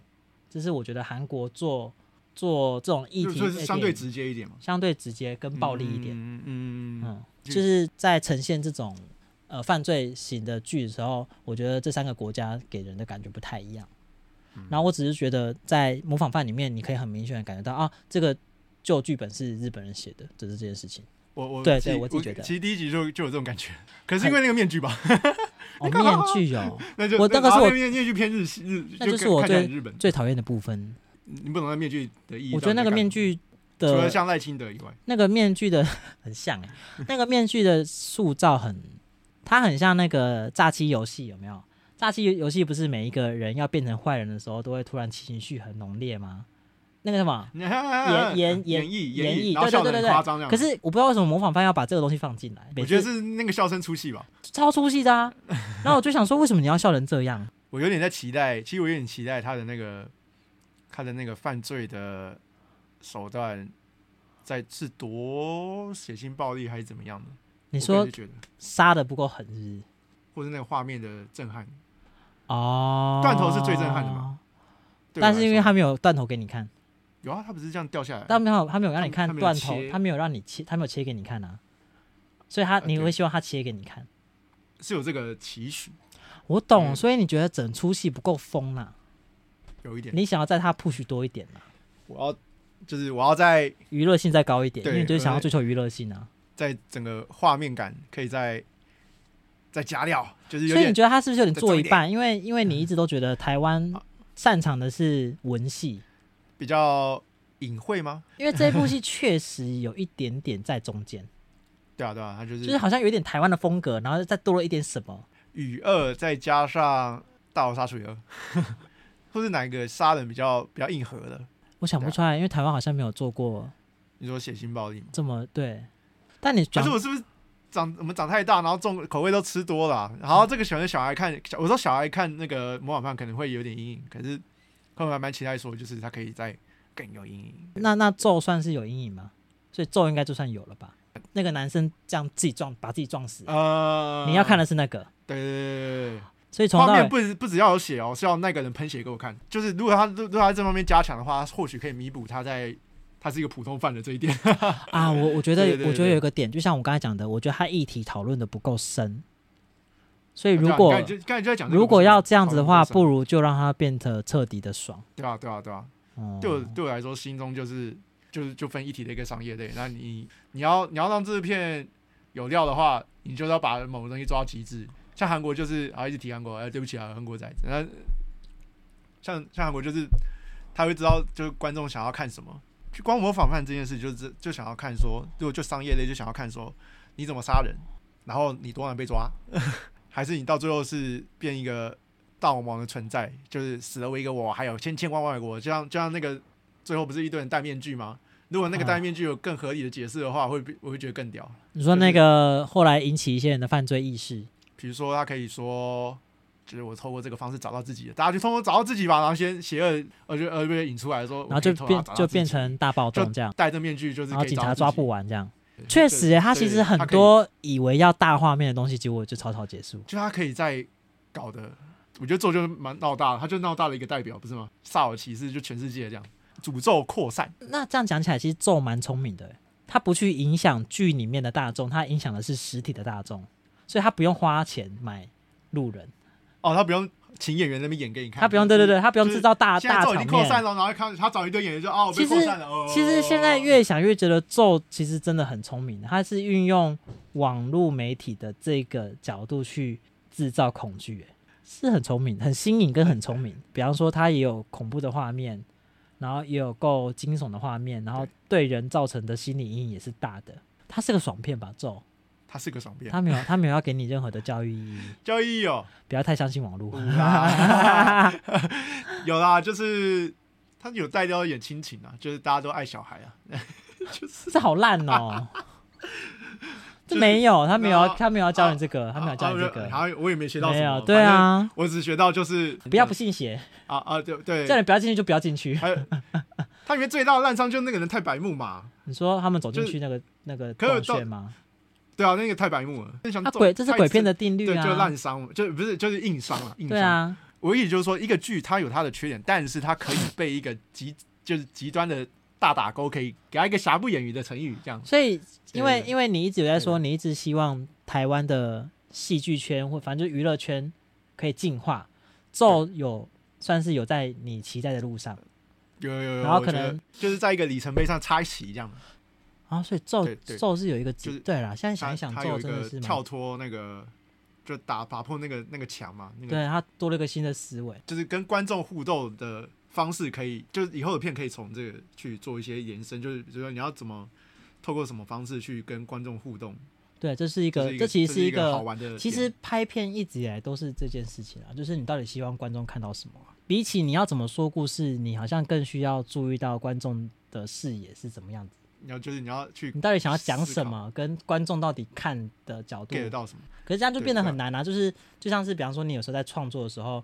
Speaker 2: 这是我觉得韩国做做这种议
Speaker 1: 就
Speaker 2: 题哎
Speaker 1: 就是相
Speaker 2: 电
Speaker 1: 对
Speaker 2: 影
Speaker 1: 直接一点嘛，
Speaker 2: 相对直接跟暴力一点，
Speaker 1: 嗯嗯嗯嗯
Speaker 2: 嗯，就是在呈现这种呃犯罪型的剧的时候，我觉得这三个国家给人的感觉不太一样。
Speaker 1: 嗯
Speaker 2: 然后我只是觉得在模仿犯里面，你可以很明显的感觉到啊，这个旧剧本是日本人写的，只是这件事情。
Speaker 1: 我我
Speaker 2: 对对
Speaker 1: 自己
Speaker 2: 我
Speaker 1: 我
Speaker 2: 自己觉得
Speaker 1: 其实第一集就就有这种感觉，可是因为那个面具吧，
Speaker 2: 哦，面具 哦，
Speaker 1: 那就
Speaker 2: 我那个是
Speaker 1: 然后
Speaker 2: 我
Speaker 1: 面面具偏日系日，
Speaker 2: 那就是
Speaker 1: 看
Speaker 2: 我
Speaker 1: 看起来
Speaker 2: 最
Speaker 1: 很日本，
Speaker 2: 最讨厌的部分，
Speaker 1: 你不懂那面具的意义。
Speaker 2: 我觉得那个面具
Speaker 1: 到底在干嘛除了
Speaker 2: 的
Speaker 1: 像赖清德以外，
Speaker 2: 那个面具的 很像哎、那个面具的塑造很，它很像那个诈欺游戏，有没有？诈欺游戏不是每一个人要变成坏人的时候，都会突然情绪很浓烈吗？那个什么，
Speaker 1: 演
Speaker 2: 演演
Speaker 1: 演绎
Speaker 2: 演
Speaker 1: 绎，
Speaker 2: 绎
Speaker 1: 然
Speaker 2: 对对
Speaker 1: 后笑得
Speaker 2: 对
Speaker 1: 很
Speaker 2: 对对
Speaker 1: 夸张这样。
Speaker 2: 可是我不知道为什么模仿犯要把这个东西放进来，每
Speaker 1: 我
Speaker 2: 次
Speaker 1: 觉得是那个笑声出戏吧，
Speaker 2: 超出戏的 啊。然后我就想说，为什么你要笑成这样？
Speaker 1: 我有点在期待，其实我有点期待他的那个他的那个犯罪的手段在是多血腥暴力还是怎么样的？
Speaker 2: 你
Speaker 1: 我个
Speaker 2: 说
Speaker 1: 人就觉得，
Speaker 2: 杀的不够狠是不是？
Speaker 1: 或是那个画面的震撼，
Speaker 2: 哦，
Speaker 1: 断头是最震撼的嘛？对我
Speaker 2: 但是因为
Speaker 1: 来说
Speaker 2: 他没有断头给你看，
Speaker 1: 有啊，他不是这样掉下来，
Speaker 2: 但没有他没有让你看
Speaker 1: 他没有
Speaker 2: 断头，
Speaker 1: 切
Speaker 2: 他没有让你切，他没有切给你看啊。所以他
Speaker 1: 啊
Speaker 2: 你会
Speaker 1: 对
Speaker 2: 希望他切给你看。
Speaker 1: 是有这个期许，
Speaker 2: 我懂，
Speaker 1: 嗯
Speaker 2: 所以你觉得整出戏不够疯啦、
Speaker 1: 有一点，
Speaker 2: 你想要在它 push 多一点啦、
Speaker 1: 我要就是我要在
Speaker 2: 娱乐性再高一点，因
Speaker 1: 对
Speaker 2: 为你就是想要
Speaker 1: 我在
Speaker 2: 追求娱乐性啊。
Speaker 1: 在整个画面感可以再再加料，就是有
Speaker 2: 所以你
Speaker 1: 点
Speaker 2: 觉得他是不是有点
Speaker 1: 再
Speaker 2: 做
Speaker 1: 重
Speaker 2: 一
Speaker 1: 一点
Speaker 2: 半？因为因为你一直都觉得台湾
Speaker 1: 啊
Speaker 2: 擅长的是文戏，
Speaker 1: 比较隐晦吗？
Speaker 2: 因为这部戏确实有一点点在中间，
Speaker 1: 对啊，对啊，他就
Speaker 2: 就是
Speaker 1: 是
Speaker 2: 好像有一点台湾的风格，然后再多了一点什么。
Speaker 1: 雨二再加上大逃杀除以二， 或是哪一个杀人比较比较硬核的？
Speaker 2: 我想不
Speaker 1: 对啊
Speaker 2: 出来，因为台湾好像没有做过
Speaker 1: 你说血腥暴力吗？
Speaker 2: 这么对。但你
Speaker 1: 可
Speaker 2: 讲
Speaker 1: 是我是不是长我们长太大，然后重口味都吃多了啊、然后这个喜欢小孩看，小我说小孩看那个模仿犯可能会有点阴影，可是可我还蛮期待说，就是他可以再更有阴影。
Speaker 2: 那那咒算是有阴影吗？所以咒应该就算有了吧？那个男生这样自己撞，把自己撞死，
Speaker 1: 呃，
Speaker 2: 你要看的是那个。
Speaker 1: 对对对对对对，
Speaker 2: 所以从
Speaker 1: 画
Speaker 2: 头到
Speaker 1: 面
Speaker 2: 尾
Speaker 1: 不只不只要有血哦，是要那个人喷血给我看。就是如果他如如果他这方面加强的话，或许可以弥补他在他是一个普通犯的这一点。
Speaker 2: 啊，我我觉得
Speaker 1: 对对对
Speaker 2: 我觉得
Speaker 1: 对
Speaker 2: 有一个点，就像我刚才讲的，我觉得他议题讨论的不够深，所以
Speaker 1: 对
Speaker 2: 如
Speaker 1: 啊
Speaker 2: 果
Speaker 1: 你刚才就刚才就在讲这个
Speaker 2: 如果要这样子的话，
Speaker 1: 讨论
Speaker 2: 不如就让它变得彻底的爽。
Speaker 1: 对啊对啊对啊，
Speaker 2: 嗯，
Speaker 1: 对我对我来说，心中就是就是就分一体的一个商业类。那你你要你要让这片有料的话，你就要把某个东西抓到极致。像韩国就是啊，一直提韩国，哎、对不起啊，韩国仔。那像像韩国就是他会知道，就是观众想要看什么。去光模仿犯这件事，就是就想要看说，如果就商业类，就想要看说你怎么杀人，然后你多难被抓， 还是你到最后是变一个大魔王的存在，就是死了为一个我，还有千千万万个我，就像就像那个最后不是一堆人戴面具吗？如果那个
Speaker 2: 嗯
Speaker 1: 戴面具有更合理的解释的话，会比我会觉得更屌。
Speaker 2: 你说
Speaker 1: 就是
Speaker 2: 那个后来引起一些人的犯罪意识，
Speaker 1: 比如说，他可以说，就是我透过这个方式找到自己的，大家就通过找到自己吧，然后先邪恶，呃，就呃被引出来说，
Speaker 2: 然后就变就变成大暴
Speaker 1: 就
Speaker 2: 动这样，
Speaker 1: 戴着面具，就是
Speaker 2: 然后
Speaker 1: 可以
Speaker 2: 警
Speaker 1: 找
Speaker 2: 察
Speaker 1: 到
Speaker 2: 抓
Speaker 1: 自己
Speaker 2: 不，完这样。
Speaker 1: 对
Speaker 2: 确实耶，
Speaker 1: 对
Speaker 2: 他其实
Speaker 1: 对
Speaker 2: 很
Speaker 1: 他可以
Speaker 2: 多以为要大画面的东西，结果就草草结束。
Speaker 1: 就他可以在搞的，我觉得这就是蛮闹大的，他就闹大的一个代表，不是吗？萨尔骑士就全世界这样诅咒扩散，
Speaker 2: 那这样讲起来，其实咒蛮聪明的耶，他不去影响剧里面的大众，他影响的是实体的大众，所以他不用花钱买路人，
Speaker 1: 哦，他不用请演员在那边演给你看，
Speaker 2: 他不用对对对，他不用
Speaker 1: 就是
Speaker 2: 制造大
Speaker 1: 现在
Speaker 2: 大
Speaker 1: 咒
Speaker 2: 场
Speaker 1: 已经
Speaker 2: 面。
Speaker 1: 扩散了，然后看他找一堆演员就哦，我被
Speaker 2: 其实
Speaker 1: 扩散了。哦、
Speaker 2: 其实现在越想越觉得咒其实真的很聪明，他是运用网络媒体的这个角度去制造恐惧，哎是很聪明、很新颖跟很聪明。比方说，他也有恐怖的画面，然后也有够惊悚的画面，然后对人造成的心理阴影也是大的。它是个爽片吧？咒，
Speaker 1: 他是个爽片，
Speaker 2: 它没有，它没有要给你任何的教育意义，
Speaker 1: 交易哦，
Speaker 2: 不要太相信网络。
Speaker 1: 嗯啦有啦，就是他有带掉一点亲情啊，就是大家都爱小孩啊，
Speaker 2: 这好烂 哦！
Speaker 1: 就
Speaker 2: 这
Speaker 1: 是
Speaker 2: 没有，他没有要，
Speaker 1: 然后
Speaker 2: 他没有要教你这个，他没有要
Speaker 1: 啊
Speaker 2: 教你这
Speaker 1: 啊
Speaker 2: 个，
Speaker 1: 好像我也没学到
Speaker 2: 没
Speaker 1: 什
Speaker 2: 有，
Speaker 1: 么，
Speaker 2: 对啊，
Speaker 1: 反正我只学到就是
Speaker 2: 不要不信邪，
Speaker 1: 啊啊，对对
Speaker 2: 叫，你不要进去就不要进 去。
Speaker 1: 还有它里面最大的烂伤就是那个人太白目嘛，
Speaker 2: 你说他们走进
Speaker 1: 就是
Speaker 2: 去那个那个
Speaker 1: 可是
Speaker 2: 洞
Speaker 1: 到
Speaker 2: 穴吗？
Speaker 1: 对啊，那个太白目了，那想
Speaker 2: 啊，
Speaker 1: 揍
Speaker 2: 鬼，这是
Speaker 1: 太
Speaker 2: 鬼片
Speaker 1: 刺
Speaker 2: 的定律
Speaker 1: 对，就
Speaker 2: 啊
Speaker 1: 烂，伤，就不是就是硬伤啊，硬
Speaker 2: 对
Speaker 1: 伤。
Speaker 2: 啊，
Speaker 1: 我意思就是说，一个剧它有它的缺点，但是它可以被一个极就是极端的大打勾，可以给它一个瑕不掩瑜的成语，这样
Speaker 2: 所以因为
Speaker 1: 对对
Speaker 2: 因为你一直有在说，
Speaker 1: 对
Speaker 2: 你一直希望台湾的戏剧圈或反正就娱乐圈可以进化，咒有算是有在你期待的路上
Speaker 1: 有有有，
Speaker 2: 然后
Speaker 1: 我
Speaker 2: 可
Speaker 1: 觉得
Speaker 2: 能
Speaker 1: 就是在一个里程碑上插一旗这样，
Speaker 2: 啊，所以咒
Speaker 1: 对对
Speaker 2: 咒是有一个指
Speaker 1: 就是
Speaker 2: 对啦，现在想
Speaker 1: 它
Speaker 2: 一想，
Speaker 1: 它
Speaker 2: 咒
Speaker 1: 有一
Speaker 2: 真的
Speaker 1: 个
Speaker 2: 是蛮
Speaker 1: 跳脱那个就打打破那个那个墙嘛，那个
Speaker 2: 对他多了一个新的思维。
Speaker 1: 就是跟观众互动的方式，可以就是以后的片可以从这个去做一些延伸，就是比如说你要怎么透过什么方式去跟观众互动，
Speaker 2: 对，这是一
Speaker 1: 这
Speaker 2: 个
Speaker 1: 是一，
Speaker 2: 这
Speaker 1: 个
Speaker 2: 其实
Speaker 1: 是
Speaker 2: 一
Speaker 1: 个好
Speaker 2: 个，
Speaker 1: 玩的。
Speaker 2: 其实，拍片一直以来都是这件事情啊，就是你到底希望观众看到什么啊、比起你要怎么说故事，你好像更需要注意到观众的视野是怎么样子，
Speaker 1: 你要就是你要去
Speaker 2: 你到底想要讲
Speaker 1: 思
Speaker 2: 什
Speaker 1: 考
Speaker 2: 么，跟观众到底看的角度
Speaker 1: get 得到什么，
Speaker 2: 可是这样就
Speaker 1: 对
Speaker 2: 变得
Speaker 1: 对啊
Speaker 2: 很难啊，就是就像是比方说，你有时候在创作的时候，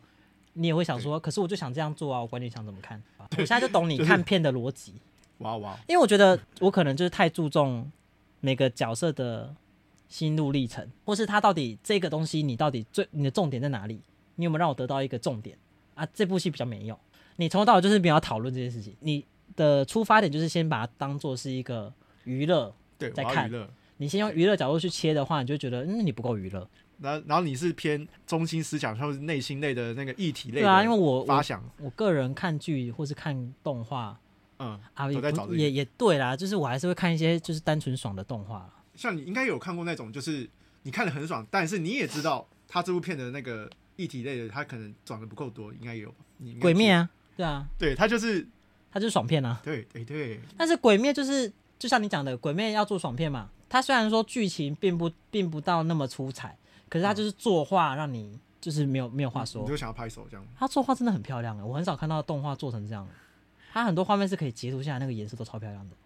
Speaker 2: 你也会想
Speaker 1: 对
Speaker 2: 说，可是我就想这样做啊，我管你想怎么看，我现在就懂你看片的逻辑，
Speaker 1: 哇哇，
Speaker 2: 因为我觉得我可能就是太注重每个角色的心路历程，或是他到底这个东西你到底最你的重点在哪里？你有没有让我得到一个重点啊？这部戏比较没有，你从头到尾就是没有要讨论这件事情，你的出发点就是先把它当做是一个娱乐，
Speaker 1: 对，
Speaker 2: 在
Speaker 1: 我要
Speaker 2: 看
Speaker 1: 娱乐。
Speaker 2: 你先用娱乐角度去切的话，你就觉得嗯你不够娱乐，
Speaker 1: 然后然后你是偏中心思想，像是内心类的那个议题类
Speaker 2: 对
Speaker 1: 的
Speaker 2: 啊，因为我
Speaker 1: 发
Speaker 2: 我
Speaker 1: 想，
Speaker 2: 我个人看剧或是看动画
Speaker 1: 嗯，
Speaker 2: 啊，也
Speaker 1: 都在找
Speaker 2: 不
Speaker 1: 这个
Speaker 2: 也也对啦，就是我还是会看一些就是单纯爽的动画。
Speaker 1: 像你应该有看过那种，就是你看的很爽，但是你也知道他这部片的那个议题类的，他可能转的不够多，应该也有吧？你应该
Speaker 2: 鬼灭
Speaker 1: 记
Speaker 2: 啊，对啊，
Speaker 1: 得，对他就是
Speaker 2: 它就是爽片啊。
Speaker 1: 对，哎对，
Speaker 2: 但是鬼灭就是就像你讲的，鬼灭要做爽片嘛，它虽然说剧情并不并不到那么出彩，可是它就是作画让你就是没有没有话
Speaker 1: 嗯你
Speaker 2: 说
Speaker 1: 就，想要拍手这样。
Speaker 2: 它作画真的很漂亮的，欸我很少看到动画做成这样的。它很多画面是可以截图下来，那个颜色都超漂亮的。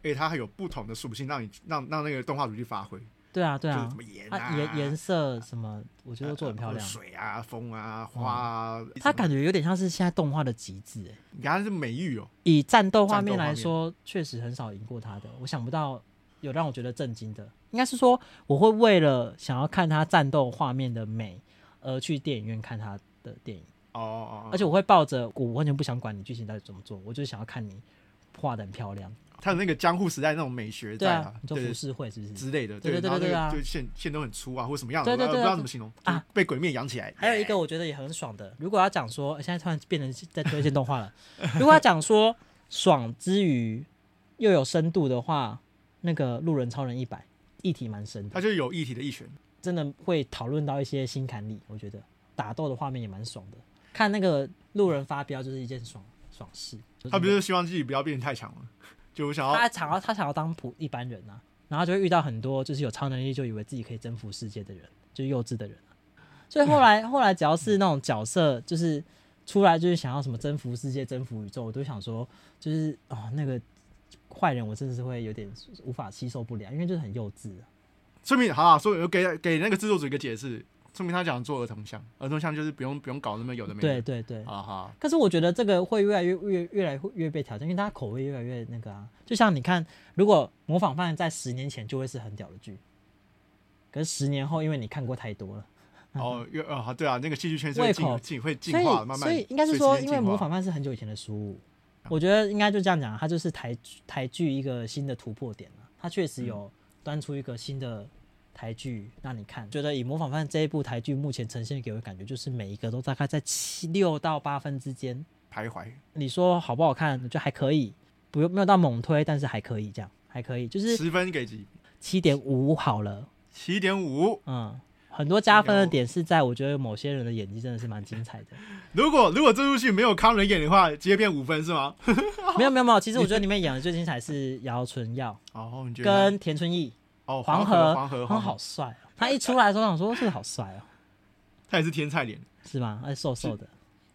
Speaker 1: 而且它还有不同的属性，让你让让那个动画组去发挥，
Speaker 2: 对啊，对
Speaker 1: 就是
Speaker 2: 啊
Speaker 1: 什，么盐啊、
Speaker 2: 它颜颜色什么，我觉得都做得很漂亮。嗯
Speaker 1: 水啊、风啊、花啊，
Speaker 2: 它感觉有点像是现在动画的极致、欸，
Speaker 1: 你看它是美育哦，
Speaker 2: 以战斗画面
Speaker 1: 战斗画
Speaker 2: 来
Speaker 1: 面
Speaker 2: 说，确实很少赢过他的。我想不到有让我觉得震惊的，应该是说我会为了想要看他战斗画面的美而去电影院看他的电影。
Speaker 1: 哦哦，
Speaker 2: 而且我会抱着我完全不想管你剧情到底怎么做，我就是想要看你画的很漂亮。
Speaker 1: 他有那个江户时代那种美学
Speaker 2: 对
Speaker 1: 在
Speaker 2: 啊
Speaker 1: 啊，，
Speaker 2: 你做
Speaker 1: 对
Speaker 2: 浮世绘是不是？
Speaker 1: 之类的，
Speaker 2: 对对对
Speaker 1: 然后那
Speaker 2: 对对
Speaker 1: 个
Speaker 2: 啊
Speaker 1: 就线线都很粗啊，或者什么样的，
Speaker 2: 对对
Speaker 1: 我
Speaker 2: 对
Speaker 1: 不
Speaker 2: 啊
Speaker 1: 知道怎么形容
Speaker 2: 啊，
Speaker 1: 就是被鬼面养起来。哎
Speaker 2: 还有一个我觉得也很爽的，如果要讲说现在突然变成在推荐动画了，如果要讲说爽之余又有深度的话，那个路人超人一百议题蛮深的，
Speaker 1: 它就是有一体的一拳，
Speaker 2: 真的会讨论到一些心坎里。我觉得打斗的画面也蛮爽的，看那个路人发飙就是一件爽爽事。就是
Speaker 1: 他不是希望自己不要变得太强了， 就我想要
Speaker 2: 他想要他想要当普一般人啊，然后就会遇到很多就是有超能力就以为自己可以征服世界的人，就是幼稚的人啊、所以后 来后来只要是那种角色，就是出来就是想要什么征服世界、征服宇宙，我都想说，就是哦那个坏人我真的是会有点无法吸收不了，因为就是很幼稚、啊。
Speaker 1: 说明好啊，说明给给那个制作组一个解释，说明他讲做儿童像，儿童像就是不用不用搞那么有的没
Speaker 2: 对
Speaker 1: 的。
Speaker 2: 对对。
Speaker 1: 啊哈，
Speaker 2: 可是我觉得这个会越来越越越来越被挑战，因为它口味越来越那个啊。就像你看，如果模仿犯在十年前就会是很屌的剧，可是十年后，因为你看过太多了，
Speaker 1: 哦，越啊好对啊，那个戏剧圈
Speaker 2: 嗯
Speaker 1: 是
Speaker 2: 胃
Speaker 1: 会
Speaker 2: 口
Speaker 1: 进进会进
Speaker 2: 所以
Speaker 1: 化的，慢慢
Speaker 2: 所以应该是
Speaker 1: 随时
Speaker 2: 说，
Speaker 1: 间
Speaker 2: 因为
Speaker 1: 进
Speaker 2: 模
Speaker 1: 化嗯
Speaker 2: 仿犯是很久以前的书，我觉得应该就这样讲，它就是台台剧一个新的突破点了。它确实有端出一个新的台剧让你看。觉得以模仿犯这一部台剧目前呈现给我的感觉，就是每一个都大概在七六到八分之间。
Speaker 1: 徘徊，
Speaker 2: 你说好不好看，就还可以，不用没有到猛推，但是还可以这样，还可以，就是
Speaker 1: 十分给几？
Speaker 2: 七点五好了。
Speaker 1: 七点五。
Speaker 2: 嗯，很多加分的
Speaker 1: 有
Speaker 2: 点是在我觉得某些人的演技真的是蛮精彩的。
Speaker 1: 如果如果这部戏没有康仁演的话，直接变五分是吗？
Speaker 2: 没有没有没有，其实我觉得里面演的最精彩是姚纯 耀
Speaker 1: 哦，你觉得
Speaker 2: 啊跟田春义，
Speaker 1: 哦
Speaker 2: 黄
Speaker 1: 河
Speaker 2: 河
Speaker 1: 黄河
Speaker 2: 好，帅哦。他一出来的时候，我想说这个好帅哦，
Speaker 1: 他也是天菜脸，
Speaker 2: 是吗？而且瘦瘦的，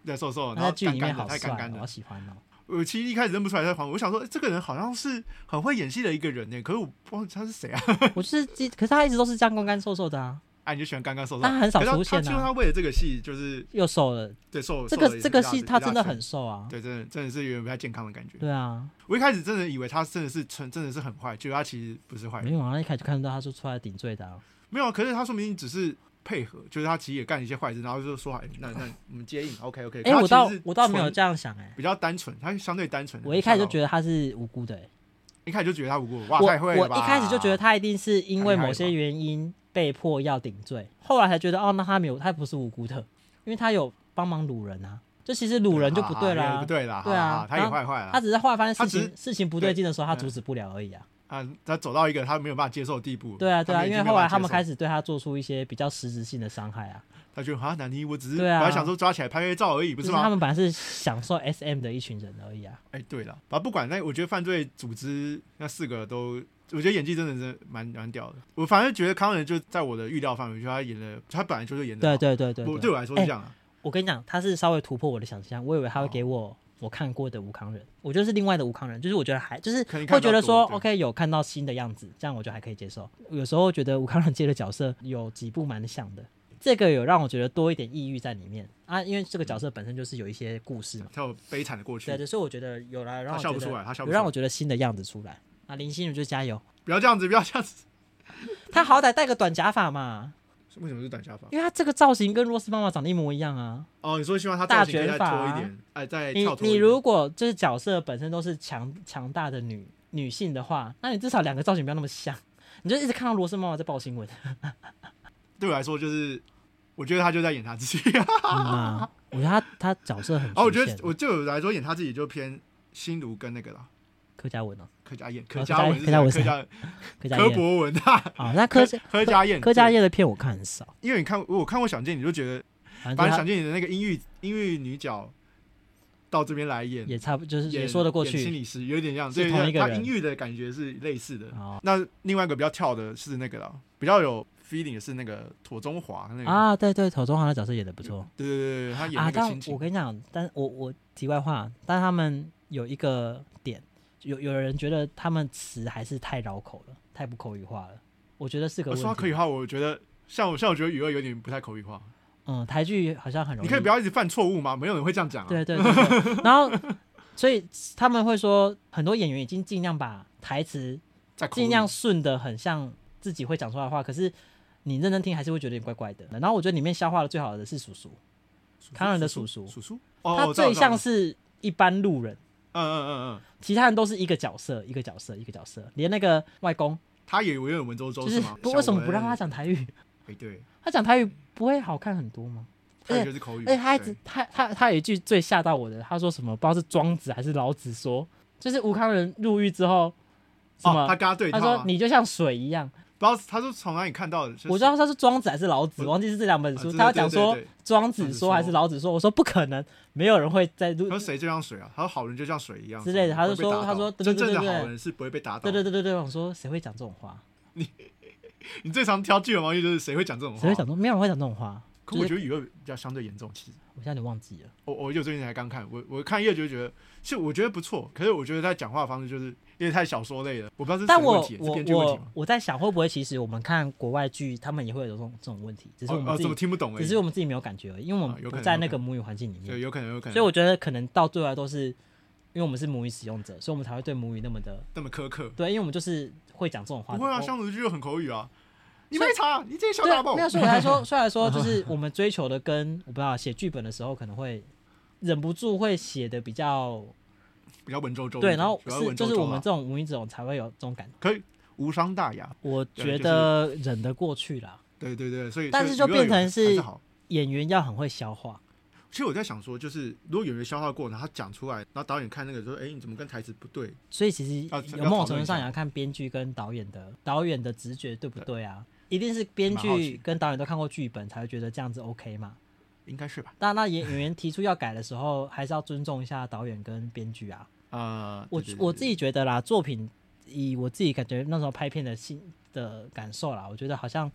Speaker 1: 对，瘦瘦的，
Speaker 2: 他
Speaker 1: 然
Speaker 2: 在
Speaker 1: 后
Speaker 2: 剧里
Speaker 1: 干
Speaker 2: 面
Speaker 1: 干的，
Speaker 2: 好
Speaker 1: 太
Speaker 2: 帅
Speaker 1: 干
Speaker 2: 哦
Speaker 1: 干，的
Speaker 2: 好。喜欢哦。
Speaker 1: 我其实一开始认不出来他是黄渤，我想说、欸这个人好像是很会演戏的一个人呢，可是我不知道他是谁啊。
Speaker 2: 我就是记，可是他一直都是这样干干瘦瘦的啊，
Speaker 1: 啊，你就喜欢干干瘦瘦，
Speaker 2: 但他很少
Speaker 1: 可是
Speaker 2: 出
Speaker 1: 他
Speaker 2: 现
Speaker 1: 就是
Speaker 2: 啊，
Speaker 1: 他为了这个戏，就是
Speaker 2: 又瘦了。
Speaker 1: 对瘦
Speaker 2: 这
Speaker 1: 瘦了
Speaker 2: 个
Speaker 1: 一
Speaker 2: 这个
Speaker 1: 一大
Speaker 2: 戏
Speaker 1: 圈
Speaker 2: 他真的很瘦啊，
Speaker 1: 对，真的真的是有点不太健康的感觉。
Speaker 2: 对啊，
Speaker 1: 我一开始真的以为他真的是真真的是很坏，结果他其实不是坏
Speaker 2: 没
Speaker 1: 人，
Speaker 2: 有啊，一开始就看到他是出来顶罪的啊，
Speaker 1: 没有啊。可是他说明只是配合，就是他其实也干了一些坏事，然后就说哎、那那我们接应，OK OK。
Speaker 2: 哎，我倒
Speaker 1: 是
Speaker 2: 我倒没有
Speaker 1: 纯嗯
Speaker 2: 这样想哎，
Speaker 1: 比较单纯，他相对单纯。
Speaker 2: 我一开始就觉
Speaker 1: 得，
Speaker 2: 得他是无辜的哎。
Speaker 1: 一开始就觉得他无辜，哇，
Speaker 2: 我
Speaker 1: 太会
Speaker 2: 我
Speaker 1: 了吧！
Speaker 2: 一开始就觉得他一定是因为
Speaker 1: 太厉害
Speaker 2: 某
Speaker 1: 了
Speaker 2: 些
Speaker 1: 吧
Speaker 2: 原因被迫要顶罪，后来才觉得哦，那他没有，他不是无辜的，因为他有帮忙掳人啊。就其实掳人就不对
Speaker 1: 啊啊啊
Speaker 2: 啦
Speaker 1: 不，对啦，
Speaker 2: 对啊
Speaker 1: 哈哈他也
Speaker 2: 然后
Speaker 1: 坏坏
Speaker 2: 他
Speaker 1: 了。
Speaker 2: 只是后来发现
Speaker 1: 他
Speaker 2: 事
Speaker 1: 只
Speaker 2: 情事情不对劲的时候，他
Speaker 1: 嗯
Speaker 2: 阻止不了而已啊。
Speaker 1: 啊，他走到一个他没有办法接受的地步。
Speaker 2: 对啊，对啊，
Speaker 1: 已
Speaker 2: 因
Speaker 1: 经
Speaker 2: 为
Speaker 1: 没有
Speaker 2: 后
Speaker 1: 办
Speaker 2: 来
Speaker 1: 法
Speaker 2: 他们
Speaker 1: 接受
Speaker 2: 开始对他做出一些比较实质性的伤害啊，
Speaker 1: 他觉得啊，南妮，我只是
Speaker 2: 对啊
Speaker 1: 本来想说抓起来拍拍照而已，不
Speaker 2: 就是
Speaker 1: 吗？
Speaker 2: 他们本来是享受 SM 的一群人而已啊。
Speaker 1: 哎、对了，反正不管，那我觉得犯罪组织那四个都，我觉得演技真的是蛮蛮屌的。我反正觉得康仁就在我的预料范围，就他演的，他本来就是演的
Speaker 2: 对
Speaker 1: 好。
Speaker 2: 对对对哎
Speaker 1: 我
Speaker 2: 对，
Speaker 1: 对我来说是这样啊。
Speaker 2: 我跟你讲，他是稍微突破我的想象，我以为他会
Speaker 1: 哦
Speaker 2: 给我、我看过的吴康人，我觉得是另外的吴康人，就是我觉得还就是
Speaker 1: 可能看
Speaker 2: 会
Speaker 1: 到
Speaker 2: 觉得说
Speaker 1: 多对
Speaker 2: ，OK，有看到新的样子，这样我就还可以接受。有时候觉得吴康人接的角色有几部蛮像的，这个有让我觉得多一点抑郁在里面啊，因为这个角
Speaker 1: 嗯
Speaker 2: 色本身就是有一些故事嘛，
Speaker 1: 他有悲惨的过去
Speaker 2: 对，，对，所以我觉得有来让
Speaker 1: 他
Speaker 2: 我
Speaker 1: 笑
Speaker 2: 觉
Speaker 1: 不出
Speaker 2: 得
Speaker 1: 来，他笑
Speaker 2: 有
Speaker 1: 不出来。
Speaker 2: 让我觉得新的样子出来。啊，林心如就加油，
Speaker 1: 不要这样子，不要这样子。
Speaker 2: 她好歹戴个短假发嘛，
Speaker 1: 为什么是短假发？
Speaker 2: 因为她这个造型跟罗斯妈妈长得一模一样啊。
Speaker 1: 哦，你说希望他造
Speaker 2: 大
Speaker 1: 型可以再
Speaker 2: 卷发
Speaker 1: 脱
Speaker 2: 啊
Speaker 1: 一点，哎，再
Speaker 2: 你
Speaker 1: 跳脱一点。
Speaker 2: 你如果就是角色本身都是强强大的女女性的话，那你至少两个造型不要那么像。你就一直看到罗森妈妈在报 新闻，
Speaker 1: 对我来说就是，我觉得他就在演他自己。
Speaker 2: 嗯啊，我觉得她她角色很
Speaker 1: 哦，我
Speaker 2: 局
Speaker 1: 觉
Speaker 2: 限
Speaker 1: 得我对我来说演他自己就偏心如跟那个啦，
Speaker 2: 柯佳文哦，
Speaker 1: 柯佳燕、
Speaker 2: 柯
Speaker 1: 柯佳
Speaker 2: 佳
Speaker 1: 文是
Speaker 2: 柯佳文
Speaker 1: 谁、柯佳、
Speaker 2: 柯佳
Speaker 1: 柯
Speaker 2: 燕
Speaker 1: 博文啊，
Speaker 2: 啊，那柯
Speaker 1: 柯佳燕、
Speaker 2: 柯佳燕的片我看很少，
Speaker 1: 因为你看我有看过《想见你》，就觉得
Speaker 2: 反正
Speaker 1: 反正《
Speaker 2: 她
Speaker 1: 想见你》的那个英语英语女角到这边来演，
Speaker 2: 也差不就是也
Speaker 1: 演
Speaker 2: 说得过
Speaker 1: 演心
Speaker 2: 去
Speaker 1: 理师有点像，
Speaker 2: 是
Speaker 1: 对，
Speaker 2: 同一个
Speaker 1: 她
Speaker 2: 人
Speaker 1: 英语的感觉是类似的。
Speaker 2: 哦
Speaker 1: 那另外一个比较跳的是那个了，比较有 feeling 的是那个妥中华那个，
Speaker 2: 啊，对对，头中华的角色演的不错
Speaker 1: 对对对对，他演
Speaker 2: 啊
Speaker 1: 那，个
Speaker 2: 但
Speaker 1: 亲情
Speaker 2: 我，跟你讲，但我我题外话，但他们有一个点，有有人觉得他们词还是太绕口了，太不口语化了，我觉得是个
Speaker 1: 我
Speaker 2: 问
Speaker 1: 哦说他
Speaker 2: 题
Speaker 1: 口语。化，我觉得像我像我觉得语二有点不太口语化，
Speaker 2: 嗯，台剧好像很容易。
Speaker 1: 你可以不要一直犯错误吗？没有人会这样讲啊。
Speaker 2: 对对对对 然后，所以他们会说，很多演员已经尽量把台词
Speaker 1: 在口语
Speaker 2: 尽量顺的很像自己会讲出来的话，可是你认真听还是会觉得有点怪怪的。然后我觉得里面消化的最好的是叔叔，康仁的叔叔
Speaker 1: 叔叔，哦
Speaker 2: 他
Speaker 1: 我知
Speaker 2: 最
Speaker 1: 道我知道
Speaker 2: 像是一般路人，
Speaker 1: 嗯嗯嗯嗯，
Speaker 2: 其他人都是一个角色，一个角色，一个角色，连那个外公
Speaker 1: 他也有点文绉绉
Speaker 2: 就是
Speaker 1: 吗？
Speaker 2: 不
Speaker 1: 小
Speaker 2: 为什么不
Speaker 1: 文
Speaker 2: 让他？讲台语？
Speaker 1: 哎，对，
Speaker 2: 他讲台语不会好看很多吗？
Speaker 1: 他也就是口语，
Speaker 2: 而且他一直
Speaker 1: 嗯对
Speaker 2: 他他他有一句最吓到我的，他说什么不知道是庄子还是老子说，就是吴康仁入狱之后，什么、
Speaker 1: 哦，他跟他对
Speaker 2: 他
Speaker 1: 他
Speaker 2: 说你就像水一样，
Speaker 1: 不知道他是从哪里看到的，就是
Speaker 2: 我知道他是庄子还是老子，
Speaker 1: 我
Speaker 2: 忘记是这两本
Speaker 1: 啊
Speaker 2: 书，
Speaker 1: 对
Speaker 2: 他要
Speaker 1: 对
Speaker 2: 讲
Speaker 1: 对
Speaker 2: 说
Speaker 1: 对
Speaker 2: 庄
Speaker 1: 庄
Speaker 2: 子
Speaker 1: 子
Speaker 2: 说还是
Speaker 1: 说
Speaker 2: 老子说，我说不可能，没有人会在入
Speaker 1: 他说谁就像水啊？他说好人就像水一样
Speaker 2: 之类的
Speaker 1: 什么
Speaker 2: 他就
Speaker 1: 不会被
Speaker 2: 说
Speaker 1: 打
Speaker 2: 他
Speaker 1: 倒
Speaker 2: 说对
Speaker 1: 真
Speaker 2: 对
Speaker 1: 正的
Speaker 2: 对对
Speaker 1: 好人是不会被打倒
Speaker 2: 对
Speaker 1: 的。
Speaker 2: 对对对对，我想说谁会讲这种话？
Speaker 1: 你最常挑剧本毛病就是谁会讲这种话？
Speaker 2: 谁会讲这种？没有人会讲这种话。
Speaker 1: 可我觉得娱乐比较相对严重，其实
Speaker 2: 我现在有点忘记了，
Speaker 1: 我我就最近才刚看，我我看一页就觉得，是我觉得不错，可是我觉得他讲话的方式就是有点太小说类了，我不知道是谁
Speaker 2: 但
Speaker 1: 的问
Speaker 2: 我
Speaker 1: 题，是
Speaker 2: 我
Speaker 1: 编剧问题
Speaker 2: 我
Speaker 1: 吗？
Speaker 2: 我在想，会不会其实我们看国外剧，他们也会有这种这种问题，只是我
Speaker 1: 哦
Speaker 2: 们
Speaker 1: 哦，
Speaker 2: 自己
Speaker 1: 怎么听不懂而
Speaker 2: 只
Speaker 1: 已
Speaker 2: 是。我们自己没有感觉而已，因为我
Speaker 1: 啊
Speaker 2: 们
Speaker 1: 有可
Speaker 2: 不
Speaker 1: 能
Speaker 2: 在
Speaker 1: 有
Speaker 2: 那
Speaker 1: 可
Speaker 2: 个母语环境里面
Speaker 1: 对，，有可能，有可能。
Speaker 2: 所以我觉得可能到最后都是，因为我们是母语使用者，所以我们才会对母语那么的
Speaker 1: 那么苛刻，
Speaker 2: 对，因为我们就是会讲这种话
Speaker 1: 不
Speaker 2: 的。
Speaker 1: 会啊，
Speaker 2: 我
Speaker 1: 相处剧就很口语啊。你
Speaker 2: 所以
Speaker 1: 没查，你这些小
Speaker 2: 对
Speaker 1: 打
Speaker 2: 啊，
Speaker 1: 爆
Speaker 2: 没。有，所以我才 说，虽然说就是我们追求的跟我不知道写剧本的时候可能会忍不住会写的比较
Speaker 1: 比较文绉绉一点。
Speaker 2: 对，然后
Speaker 1: 主要
Speaker 2: 是
Speaker 1: 文绉绉
Speaker 2: 就是我们
Speaker 1: 嘛
Speaker 2: 这种母语者才会有这种感觉。
Speaker 1: 可以无伤大雅。
Speaker 2: 我
Speaker 1: 对就
Speaker 2: 觉
Speaker 1: 是
Speaker 2: 得忍得过去啦，
Speaker 1: 对对对，所以
Speaker 2: 但
Speaker 1: 所以
Speaker 2: 是就
Speaker 1: 娱乐
Speaker 2: 变成
Speaker 1: 还
Speaker 2: 是
Speaker 1: 好。
Speaker 2: 演员要很会消化。
Speaker 1: 其实我在想说，就是如果演员消化过，然后他讲出来，然后导演看那个说，哎，你怎么跟台词不对？
Speaker 2: 所以其实
Speaker 1: 啊
Speaker 2: 有
Speaker 1: 要
Speaker 2: 某
Speaker 1: 讨
Speaker 2: 种程
Speaker 1: 论
Speaker 2: 度
Speaker 1: 一
Speaker 2: 上
Speaker 1: 下
Speaker 2: 也要看编剧跟导演的导演的直觉对不对啊？一定是编
Speaker 1: 蛮好奇
Speaker 2: 剧跟导演都看过剧本才会觉得这样子 OK 嘛。
Speaker 1: 应该是吧？
Speaker 2: 但那演演员提出要改的时候，还是要尊重一下导演跟编剧啊。
Speaker 1: 啊、
Speaker 2: 我
Speaker 1: 对对对
Speaker 2: 我自己觉得啦，作品以我自己感觉那时候拍片的心的感受啦，我觉得好像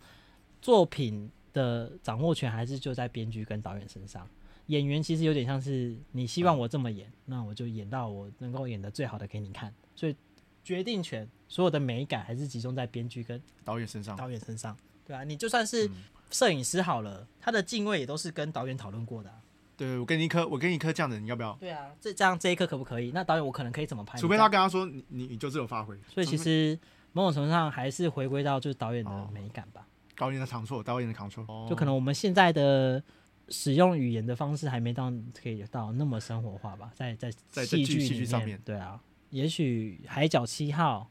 Speaker 2: 作品的掌握权还是就在编剧跟导演身上。演员其实有点像是你希
Speaker 1: 嗯
Speaker 2: 望我这么演，那我就演到我能够演的最好的给你看。所以决定权所有的美感还是集中在编剧跟
Speaker 1: 导演身上，
Speaker 2: 导演身上，对啊，你就算
Speaker 1: 嗯
Speaker 2: 是摄影师好了，他的敬畏也都是跟导演讨论过的啊、
Speaker 1: 对我给你一颗，我给你一颗这样的，你要不要？
Speaker 2: 对啊，这这样这一刻可不可以？那导演我可能可以怎么拍？
Speaker 1: 除非
Speaker 2: 你
Speaker 1: 他跟他说你你你就自由发挥，
Speaker 2: 所以其实某种程度上还是回归到就是导演的
Speaker 1: 哦
Speaker 2: 美感吧，
Speaker 1: 导演的长处，导演的长处，
Speaker 2: 就可能我们现在的使用语言的方式还没到可以到那么生活化吧，在在
Speaker 1: 在
Speaker 2: 戏
Speaker 1: 在剧
Speaker 2: 剧
Speaker 1: 戏剧
Speaker 2: 里
Speaker 1: 上面
Speaker 2: 面，对啊，也许《海角七号》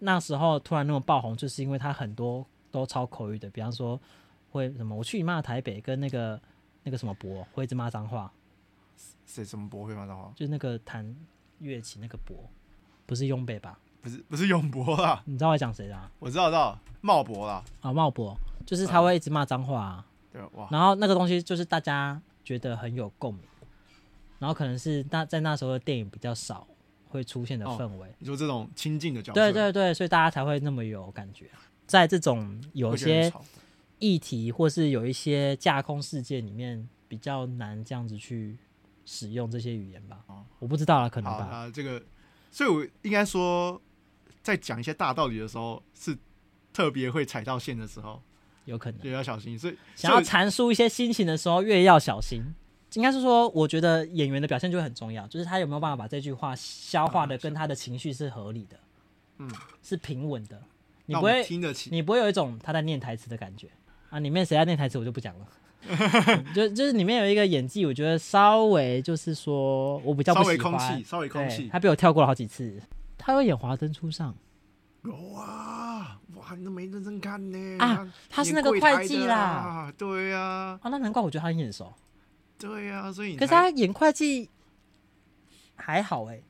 Speaker 2: 那时候突然那么爆红，就是因为它很多都超口语的，比方说会什么我去你妈的台北跟那个那个什么博会一直骂脏话，
Speaker 1: 谁什么博会吗？然后
Speaker 2: 就是那个弹乐器那个博，不是雍北吧？
Speaker 1: 不是不是永博啦，
Speaker 2: 你知道我在讲谁的啊？
Speaker 1: 我知道知道茂博啦，
Speaker 2: 啊，茂博，就是
Speaker 1: 嗯
Speaker 2: 他会一直骂脏话、啊。
Speaker 1: 对哇，
Speaker 2: 然后那个东西就是大家觉得很有共鸣，然后可能是那在那时候的电影比较少会出现的
Speaker 1: 哦
Speaker 2: 氛围，
Speaker 1: 你说这种亲近的角色，
Speaker 2: 对对对，所以大家才会那么有感觉。在这种有
Speaker 1: 会觉得很
Speaker 2: 些
Speaker 1: 吵，
Speaker 2: 议题或是有一些架空世界里面，比较难这样子去使用这些语言吧
Speaker 1: 哦，
Speaker 2: 我不知道了，可能
Speaker 1: 好
Speaker 2: 吧。
Speaker 1: 啊，这个，所以我应该说，在讲一些大道理的时候是。特别会踩到线的时候，
Speaker 2: 有可能。
Speaker 1: 也要小心。所以
Speaker 2: 想要
Speaker 1: 所
Speaker 2: 阐述一些心情的时候，越要小心。应该是说，我觉得演员的表现就会很重要，就是他有没有办法把这句话消化的跟他的情绪是合理的，
Speaker 1: 嗯，
Speaker 2: 是平稳的。
Speaker 1: 以
Speaker 2: 你
Speaker 1: 让
Speaker 2: 不
Speaker 1: 我们
Speaker 2: 会，
Speaker 1: 听得起，
Speaker 2: 你不会有一种他在念台词的感觉啊。里面谁在念台词，我就不讲 了。嗯就就是里面有一个演技，我觉得稍微就是说我比较
Speaker 1: 稍
Speaker 2: 不
Speaker 1: 微
Speaker 2: 喜
Speaker 1: 空
Speaker 2: 欢
Speaker 1: 气，，稍微空
Speaker 2: 对
Speaker 1: 气。
Speaker 2: 他被我跳过了好几次。他会演《华灯初上
Speaker 1: 哇哇，你都没认真看呢
Speaker 2: 啊！他是那个
Speaker 1: 演柜台
Speaker 2: 会计
Speaker 1: 的
Speaker 2: 啦
Speaker 1: 啦，对呀、》
Speaker 2: 啊，那难怪我觉得他很眼熟。
Speaker 1: 对呀、所以你
Speaker 2: 可是
Speaker 1: 才
Speaker 2: 他演会计还好哎、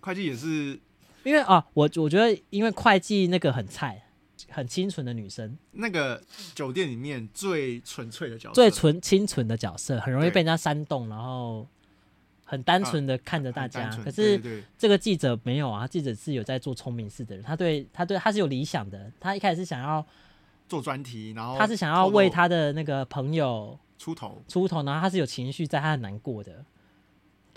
Speaker 1: 会计也是
Speaker 2: 因为啊，我我觉得因为会计那个很菜，很清纯的女生，
Speaker 1: 那个酒店里面最纯粹的角色，
Speaker 2: 最纯清纯的角色，很容易
Speaker 1: 对
Speaker 2: 被人家煽动，然后很单纯的看着
Speaker 1: 哦很
Speaker 2: 大家。
Speaker 1: 单纯
Speaker 2: 可是
Speaker 1: 对对对
Speaker 2: 这个记者没有啊，记者是有在做聪明事的人，他对他对他是有理想的，他一开始是想要，
Speaker 1: 做专题，然后
Speaker 2: 他是想要为
Speaker 1: 透
Speaker 2: 他的那个朋友
Speaker 1: 露出头。
Speaker 2: 出头，然后他是有情绪在，他很难过的。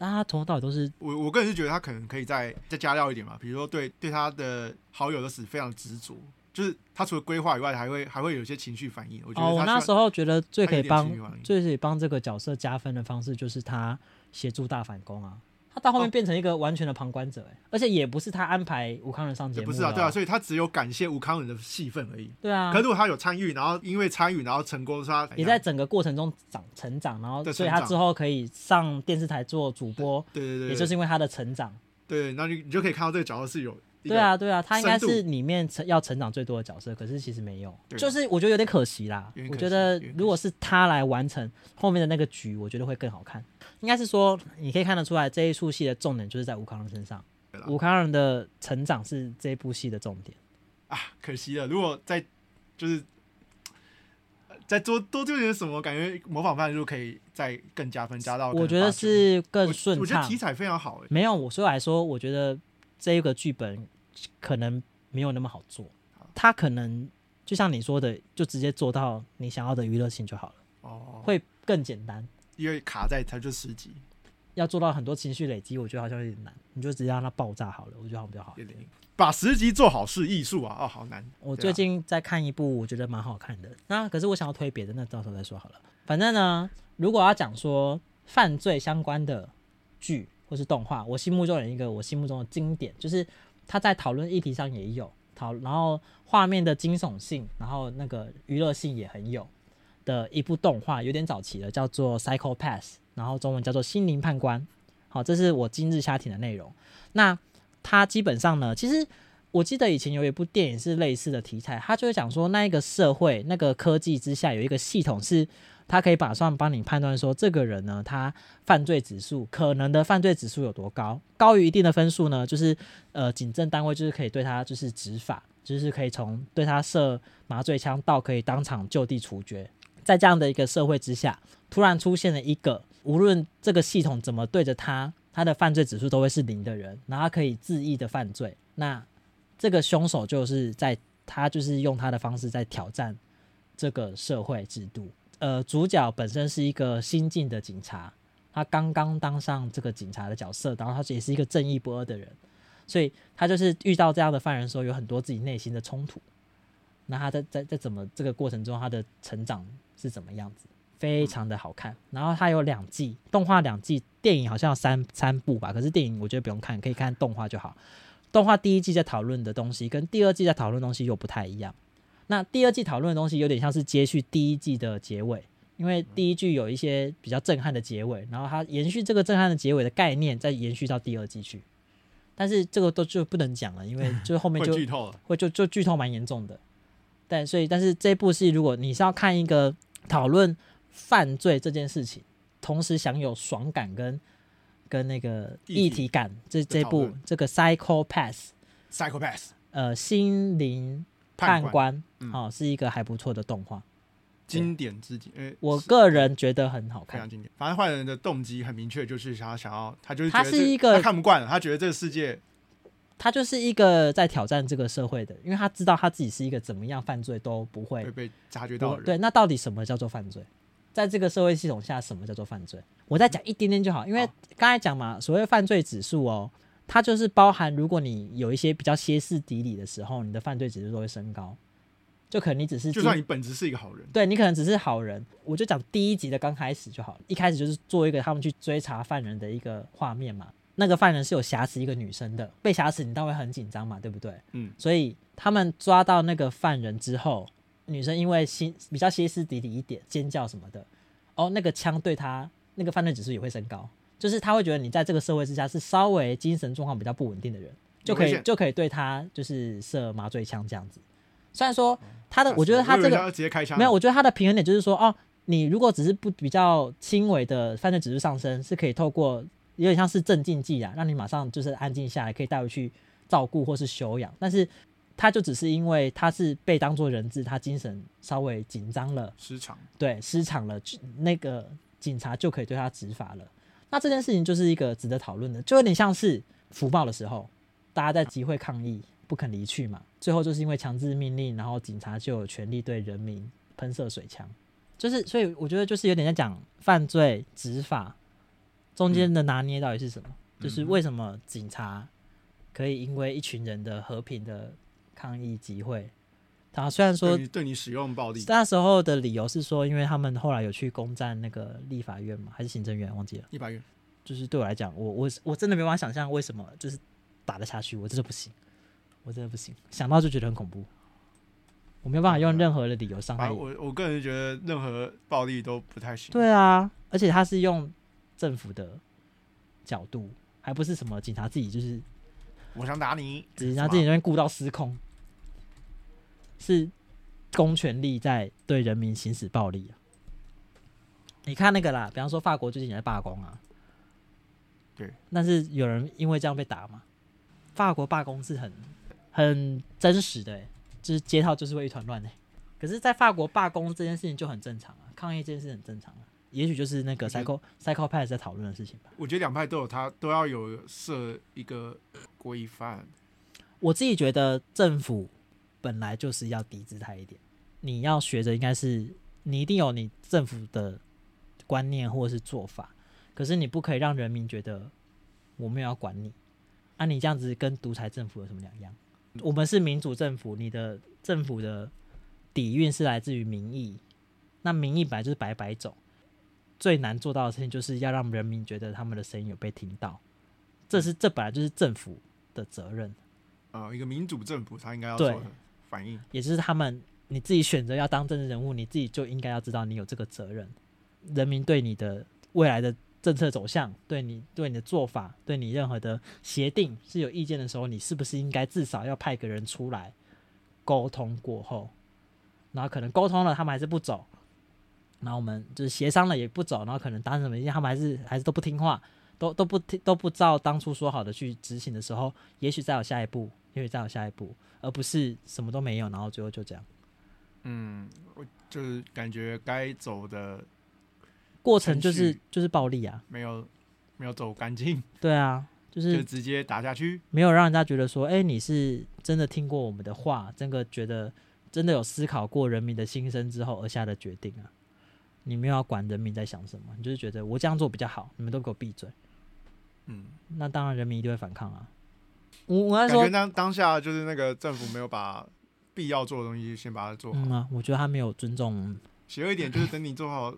Speaker 2: 但他从头到尾都是
Speaker 1: 我我个人是觉得他可能可以再再加料一点嘛，比如说对对他的好友的死非常执着，就是他除了规划以外，还会还会有一些情绪反应。我觉
Speaker 2: 哦，
Speaker 1: 得
Speaker 2: 我
Speaker 1: 他
Speaker 2: 那
Speaker 1: 需
Speaker 2: 时候觉得最
Speaker 1: 他有
Speaker 2: 可以
Speaker 1: 点
Speaker 2: 帮
Speaker 1: 情绪化
Speaker 2: 最可以帮这个角色加分的方式，就是他协助大反攻啊。他
Speaker 1: 哦
Speaker 2: 到后面变成一个完全的旁观者、哎、而且也不是他安排吴康仁上节
Speaker 1: 也
Speaker 2: 目、
Speaker 1: 不是啊，对啊，，所以他只有感谢吴康仁的戏份而已。
Speaker 2: 对啊
Speaker 1: 可，是如果他有参与，然后因为参与，然后成功，他哎
Speaker 2: 也在整个过程中长成长，然后
Speaker 1: 对
Speaker 2: 所以他
Speaker 1: 成长
Speaker 2: 之后可以上电视台做主播，
Speaker 1: 对对对，
Speaker 2: 也就是因为他的成长。
Speaker 1: 对，那你你就可以看到这个角色是有一个
Speaker 2: 对，啊，对啊，他应该
Speaker 1: 深度
Speaker 2: 是里面成要成长最多的角色，可是其实没有，
Speaker 1: 对啊
Speaker 2: 就是我觉得有点可惜啦
Speaker 1: 有点。
Speaker 2: 我
Speaker 1: 可
Speaker 2: 觉
Speaker 1: 惜
Speaker 2: 得
Speaker 1: 有点可
Speaker 2: 如果是他来完成后面的那个局，我觉得会更好看。应该是说，你可以看得出来这一出戏的重点就是在吴康仁身上
Speaker 1: 对啦，
Speaker 2: 吴康仁的成长是这部戏的重点。
Speaker 1: 可惜了。如果再就是呃再多多做点什么，感觉模仿犯就可以再更加分，加到
Speaker 2: 我
Speaker 1: 哦可能
Speaker 2: 觉得
Speaker 1: 八九
Speaker 2: 是更
Speaker 1: 我
Speaker 2: 顺
Speaker 1: 我觉得
Speaker 2: 畅
Speaker 1: 题。材非常好诶、欸
Speaker 2: 没有，我所以我来说，我觉得这一个剧本可能没有那么好做，他可能就像你说的，就直接做到你想要的娱乐性就好了，
Speaker 1: 哦，
Speaker 2: 会更简单。
Speaker 1: 因为卡在它就十集，
Speaker 2: 要做到很多情绪累积，我觉得好像有点难。你就直接让它爆炸好了，我觉得好像比较好
Speaker 1: 有
Speaker 2: 一
Speaker 1: 点
Speaker 2: 点。
Speaker 1: 把十集做好是艺术啊！哦，好难。
Speaker 2: 我
Speaker 1: 对啊
Speaker 2: 最近在看一部，我觉得蛮好看的。那可是我想要推别的，那到时候再说好了。反正呢，如果要讲说犯罪相关的剧或是动画，我心目中有一个我心目中的经典，就是它在讨论议题上也有讨，然后画面的惊悚性，然后那个娱乐性也很有的一部动画，有点早期了，叫做《Psycho Pass》，然后中文叫做《心灵判官》。好，这是我今日下停的内容。那它基本上呢，其实我记得以前有一部电影是类似的题材，它就会讲说那一个社会、那个科技之下有一个系统是，它可以马上帮你判断说这个人呢，他犯罪指数可能的犯罪指数有多高，高于一定的分数呢，就是呃警政单位就是可以对他就是执法，就是可以从对他射麻醉枪到可以当场就地处决。在这样的一个社会之下，突然出现了一个无论这个系统怎么对着他，他的犯罪指数都会是零的人，然后他可以恣意的犯罪，那这个凶手就是在他就是用他的方式在挑战这个社会制度。呃，主角本身是一个新晋的警察，他刚刚当上这个警察的角色，然后他也是一个正义不阿的人，所以他就是遇到这样的犯人的时候，有很多自己内心的冲突。那他在在在怎么这个过程中，他的成长是怎么样子？非常的好看。然后它有两季，动画两季，电影好像有三三部吧，可是电影我觉得不用看，可以看动画就好。动画第一季在讨论的东西跟第二季在讨论的东西又不太一样。那第二季讨论的东西有点像是接续第一季的结尾，因为第一季有一些比较震撼的结尾，然后它延续这个震撼的结尾的概念，再延续到第二季去。但是这个都就不能讲了，因为就是后面
Speaker 1: 会
Speaker 2: 就
Speaker 1: 剧透了，
Speaker 2: 会就就剧透蛮严重的。但所以，但是这部戏如果你是要看一个讨论犯罪这件事情，同时享有爽感跟跟那个
Speaker 1: 议
Speaker 2: 议
Speaker 1: 题
Speaker 2: 题感，这这
Speaker 1: 讨
Speaker 2: 部
Speaker 1: 论
Speaker 2: 这个《Psycho Pass》
Speaker 1: psychopath
Speaker 2: 呃心灵判
Speaker 1: 判官
Speaker 2: 官
Speaker 1: 嗯
Speaker 2: 哦是一个还不错的动画，
Speaker 1: 经典之极，呃，
Speaker 2: 我
Speaker 1: 是
Speaker 2: 个人觉得很好
Speaker 1: 非常
Speaker 2: 看。
Speaker 1: 经典。反正坏人的动机很明确，就是想要想要，他就是
Speaker 2: 他
Speaker 1: 觉得
Speaker 2: 是
Speaker 1: 这
Speaker 2: 一个
Speaker 1: 他看不惯了，他觉得这个世界
Speaker 2: 他就是一个在挑战这个社会的，因为他知道他自己是一个怎么样犯罪都不会
Speaker 1: 会被察觉
Speaker 2: 不
Speaker 1: 到
Speaker 2: 会
Speaker 1: 的人。
Speaker 2: 对，那到底什么叫做犯罪？在这个社会系统下，什么叫做犯罪？我再讲一点点就好，因为
Speaker 1: 好
Speaker 2: 刚才讲嘛，所谓犯罪指数哦，它就是包含如果你有一些比较歇斯底里的时候，你的犯罪指数都会升高。就可能你只是
Speaker 1: 就
Speaker 2: 今
Speaker 1: 算你本质是一个好人，
Speaker 2: 对你可能只是好人，我就讲第一集的刚开始就好了，一开始就是做一个他们去追查犯人的一个画面嘛。那个犯人是有挟持一个女生的，被挟持你当然会很紧张嘛，对不对？
Speaker 1: 嗯，
Speaker 2: 所以他们抓到那个犯人之后，女生因为心比较歇斯底里一点，尖叫什么的，哦，那个枪对她那个犯罪指数也会升高，就是他会觉得你在这个社会之下是稍微精神状况比较不稳定的人，就可
Speaker 1: 有危
Speaker 2: 以
Speaker 1: 险
Speaker 2: 就可以对他就是射麻醉枪这样子。虽然说他的，
Speaker 1: 吓
Speaker 2: 我觉得
Speaker 1: 死
Speaker 2: 他
Speaker 1: 以
Speaker 2: 这
Speaker 1: 为
Speaker 2: 个
Speaker 1: 要直接开枪，
Speaker 2: 没有，我觉得它的平衡点就是说，哦，你如果只是不比较轻微的犯罪指数上升，是可以透过有点像是镇静剂啊，让你马上就是安静下来，可以带回去照顾或是休养。但是它就只是因为它是被当作人质，他精神稍微紧张了，
Speaker 1: 失常。
Speaker 2: 对，失常了，就那个警察就可以对他执法了。那这件事情就是一个值得讨论的，就有点像是福报的时候，大家在集会抗议不肯离去嘛，最后就是因为强制命令，然后警察就有权利对人民喷射水枪，就是所以我觉得就是有点在讲犯罪执法中间的拿捏到底是什么，就是为什么警察可以因为一群人的和平的抗议集会，然后虽然说
Speaker 1: 对你对你使用暴力，
Speaker 2: 那时候的理由是说，因为他们后来有去攻占那个立法院嘛，还是行政院，忘记了。
Speaker 1: 一百元，
Speaker 2: 就是对我来讲，我我我真的没办法想象为什么就是打得下去，我真的不行，我真的不行，想到就觉得很恐怖，我没有办法用任何的理由伤
Speaker 1: 反
Speaker 2: 害
Speaker 1: 正。我我个人觉得任何暴力都不太行。
Speaker 2: 对啊，而且他是用政府的角度，还不是什么警察自己就是
Speaker 1: 我想打你，
Speaker 2: 警察自己那边顾到失控，是公权力在对人民行使暴力啊。你看那个啦，比方说法国最近也在罢工啊，
Speaker 1: 对，
Speaker 2: 但是有人因为这样被打嘛？法国罢工是很很真实的、欸，就是街道就是会一团乱的。可是，在法国罢工这件事情就很正常啊，抗议这件事很正常啊，也许就是那个
Speaker 1: 我觉
Speaker 2: psycho psychopath 在讨论的事情吧。
Speaker 1: 我觉得两派都有他都要有设一个规范。
Speaker 2: 我自己觉得政府本来就是要低姿态一点，你要学着应该是你一定有你政府的观念或者是做法，可是你不可以让人民觉得我没有要管你，啊，你这样子跟独裁政府有什么两样？我们是民主政府，你的政府的底蕴是来自于民意，那民意本来就是百百种，最难做到的事情就是要让人民觉得他们的声音有被听到，这是这本来就是政府的责任。
Speaker 1: 呃，一个民主政府他应该要做
Speaker 2: 对
Speaker 1: 的反应。
Speaker 2: 也就是他们你自己选择要当政治人物，你自己就应该要知道你有这个责任。人民对你的未来的政策走向，对你对你的做法，对你任何的协定是有意见的时候，你是不是应该至少要派个人出来沟通过后，然后可能沟通了，他们还是不走，然后我们就是协商了也不走，然后可能达成什么意见，他们还是还是都不听话，都都不听都不照当初说好的去执行的时候，也许再有下一步，也许再有下一步，而不是什么都没有，然后最后就这样。
Speaker 1: 嗯，我就是感觉该走的
Speaker 2: 过程就
Speaker 1: 程
Speaker 2: 是
Speaker 1: 序
Speaker 2: 就是暴力啊，
Speaker 1: 没有没有走干净，
Speaker 2: 对啊，就
Speaker 1: 就是直接打下去。
Speaker 2: 没有让人家觉得说，哎、你是真的听过我们的话，真的觉得真的有思考过人民的心声之后而下的决定啊。你没有要管人民在想什么，你就是觉得我这样做比较好，你们都给我闭嘴。
Speaker 1: 嗯，
Speaker 2: 那当然人民一定会反抗啊。我我在
Speaker 1: 感
Speaker 2: 说
Speaker 1: 觉，当当下就是那个政府没有把必要做的东西先把它做好。
Speaker 2: 嗯啊，我觉得他没有尊重，
Speaker 1: 邪恶一点就是等你做好，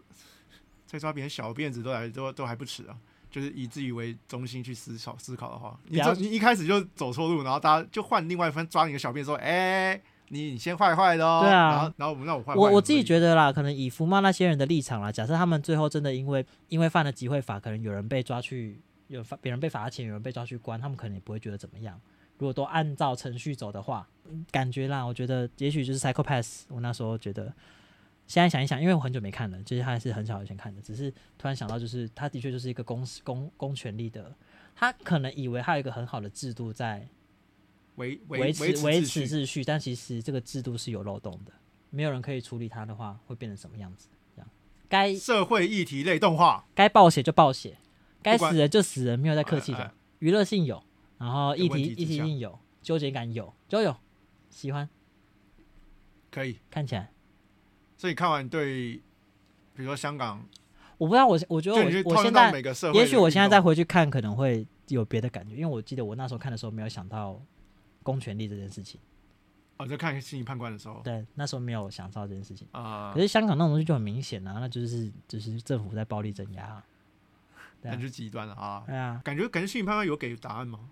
Speaker 1: 再抓别人小辫子都来都都还不迟啊。就是以自己为中心去思考思考的话，你
Speaker 2: 了
Speaker 1: 走你一开始就走错路，然后大家就换另外一番抓你的小辫子说，哎、你你先坏坏的哦。
Speaker 2: 对啊
Speaker 1: 然后然后我们让我坏坏的
Speaker 2: 我我自己
Speaker 1: 得
Speaker 2: 觉得啦，可能以福茂那些人的立场啦，假设他们最后真的因为因为犯了集会法，可能有人被抓去，有发别人被罚钱，有人被抓去关，他们可能也不会觉得怎么样。如果都按照程序走的话，嗯感觉啦，我觉得也许就是 psychopath。我那时候觉得，现在想一想，因为我很久没看了，就是还是很小以前看的，只是突然想到，就是他的确就是一个公公公权力的，他可能以为他有一个很好的制度在
Speaker 1: 维
Speaker 2: 维持
Speaker 1: 维
Speaker 2: 维
Speaker 1: 秩
Speaker 2: 持
Speaker 1: 序
Speaker 2: 秩序，但其实这个制度是有漏洞的，没有人可以处理它的话，会变成什么样子？这样，该
Speaker 1: 社会议题类动画，
Speaker 2: 该暴血就暴血，该
Speaker 1: 不管
Speaker 2: 死人就死人，没有在客气
Speaker 1: 哎哎
Speaker 2: 的。娱乐性有，然后
Speaker 1: 有
Speaker 2: 议
Speaker 1: 问
Speaker 2: 题
Speaker 1: 题之
Speaker 2: 议题
Speaker 1: 下
Speaker 2: 性有，纠结感有，都有，喜欢
Speaker 1: 可以。
Speaker 2: 看起来。
Speaker 1: 所以看完对，比如说香港，
Speaker 2: 我不知道我我觉得
Speaker 1: 就你去
Speaker 2: 我我
Speaker 1: 套用
Speaker 2: 现
Speaker 1: 到
Speaker 2: 在
Speaker 1: 每个社会的运动，
Speaker 2: 也许我现在再回去看，可能会有别的感觉，因为我记得我那时候看的时候没有想到公权力这件事情，
Speaker 1: 哦，在看《心理判官》的时候
Speaker 2: 对，那时候没有想到这件事情。
Speaker 1: 啊
Speaker 2: 可，是香港那种东西就很明显啊，那就是就是政府在暴力镇压、啊。对
Speaker 1: 那
Speaker 2: 啊
Speaker 1: 就极端了啊。
Speaker 2: 对啊，
Speaker 1: 感觉感觉《心理判官》有给答案吗？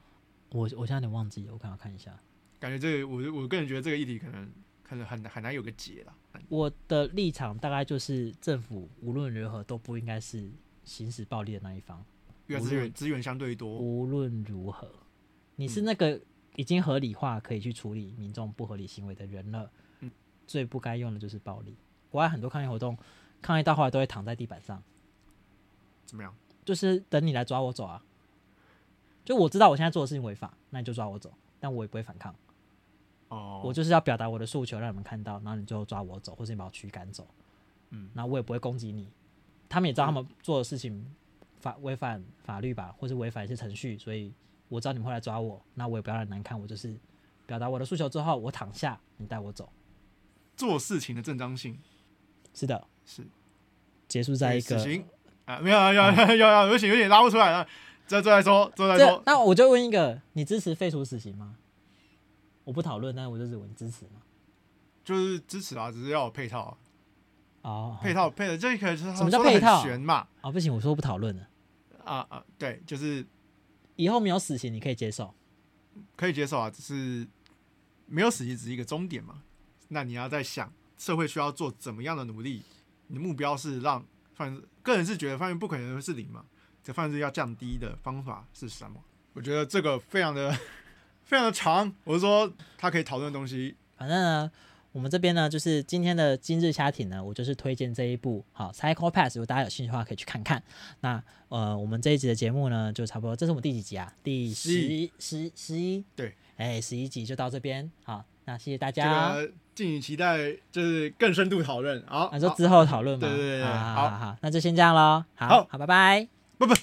Speaker 2: 我我现在有点忘记了，我刚好看一下。
Speaker 1: 感觉这个，我我个人觉得这个议题可能可能很很难有个解了。
Speaker 2: 我的立场大概就是，政府无论如何都不应该是行使暴力的那一方，
Speaker 1: 因为资源资源相对多，
Speaker 2: 无论如何，你是那个已经合理化可以去处理民众不合理行为的人了，
Speaker 1: 嗯
Speaker 2: 最不该用的就是暴力。国外很多抗议活动，抗议到后来都会躺在地板上，
Speaker 1: 怎么样？
Speaker 2: 就是等你来抓我走啊。就我知道我现在做的事情违法，那你就抓我走，但我也不会反抗。
Speaker 1: 哦，
Speaker 2: 我就是要表达我的诉求，让你们看到，然后你最后抓我走，或是你把我驱赶走，
Speaker 1: 嗯，
Speaker 2: 然后我也不会攻击你。他们也知道他们做的事情法违反法律吧，或是违反一些程序，所以我知道你们会来抓我，那我也不要让你难看，我就是表达我的诉求之后，我躺下，你带我走。
Speaker 1: 做事情的正当性
Speaker 2: 是的，
Speaker 1: 是
Speaker 2: 结束在一个哦
Speaker 1: 死刑啊， 没有啊，要要要，有点有点拉不出来了。这这再说，这再
Speaker 2: 这
Speaker 1: 说，
Speaker 2: 那我就问一个，你支持废除死刑吗？我不讨论，但是我就是问你支持吗？
Speaker 1: 就是支持啊，只是要有配套啊，
Speaker 2: 哦，
Speaker 1: 配套配的这个是
Speaker 2: 什么叫
Speaker 1: 说得很
Speaker 2: 配套
Speaker 1: 悬嘛？
Speaker 2: 啊、哦，不行，我说不讨论了。
Speaker 1: 啊啊，对，就是
Speaker 2: 以后没有死刑，你可以接受。
Speaker 1: 可以接受啊，只是没有死刑只是一个终点嘛。那你要在想，社会需要做怎么样的努力？你的目标是让犯人，个人是觉得犯人不可能是零嘛，这犯罪要降低的方法是什么？我觉得这个非常的 非常的长，我是说他可以讨论的东西
Speaker 2: 反正呢，我们这边呢，就是今天的今日家庭呢，我就是推荐这一部好《Psycho Pass》，如果大家有兴趣的话，可以去看看。那呃，我们这一集的节目呢，就差不多，这是我们第几集啊？第
Speaker 1: 十
Speaker 2: 十
Speaker 1: 一
Speaker 2: 一、十十一，
Speaker 1: 对，
Speaker 2: 哎，十一集就到这边。好，那谢谢大
Speaker 1: 这
Speaker 2: 家。
Speaker 1: 个敬请期待，就是更深度讨论。好，
Speaker 2: 那就
Speaker 1: 好
Speaker 2: 之后讨论嘛。啊
Speaker 1: 对对对对
Speaker 2: 好好
Speaker 1: 好
Speaker 2: 好好，那就先这样喽。
Speaker 1: 好
Speaker 2: 好，好，拜拜。
Speaker 1: 不不。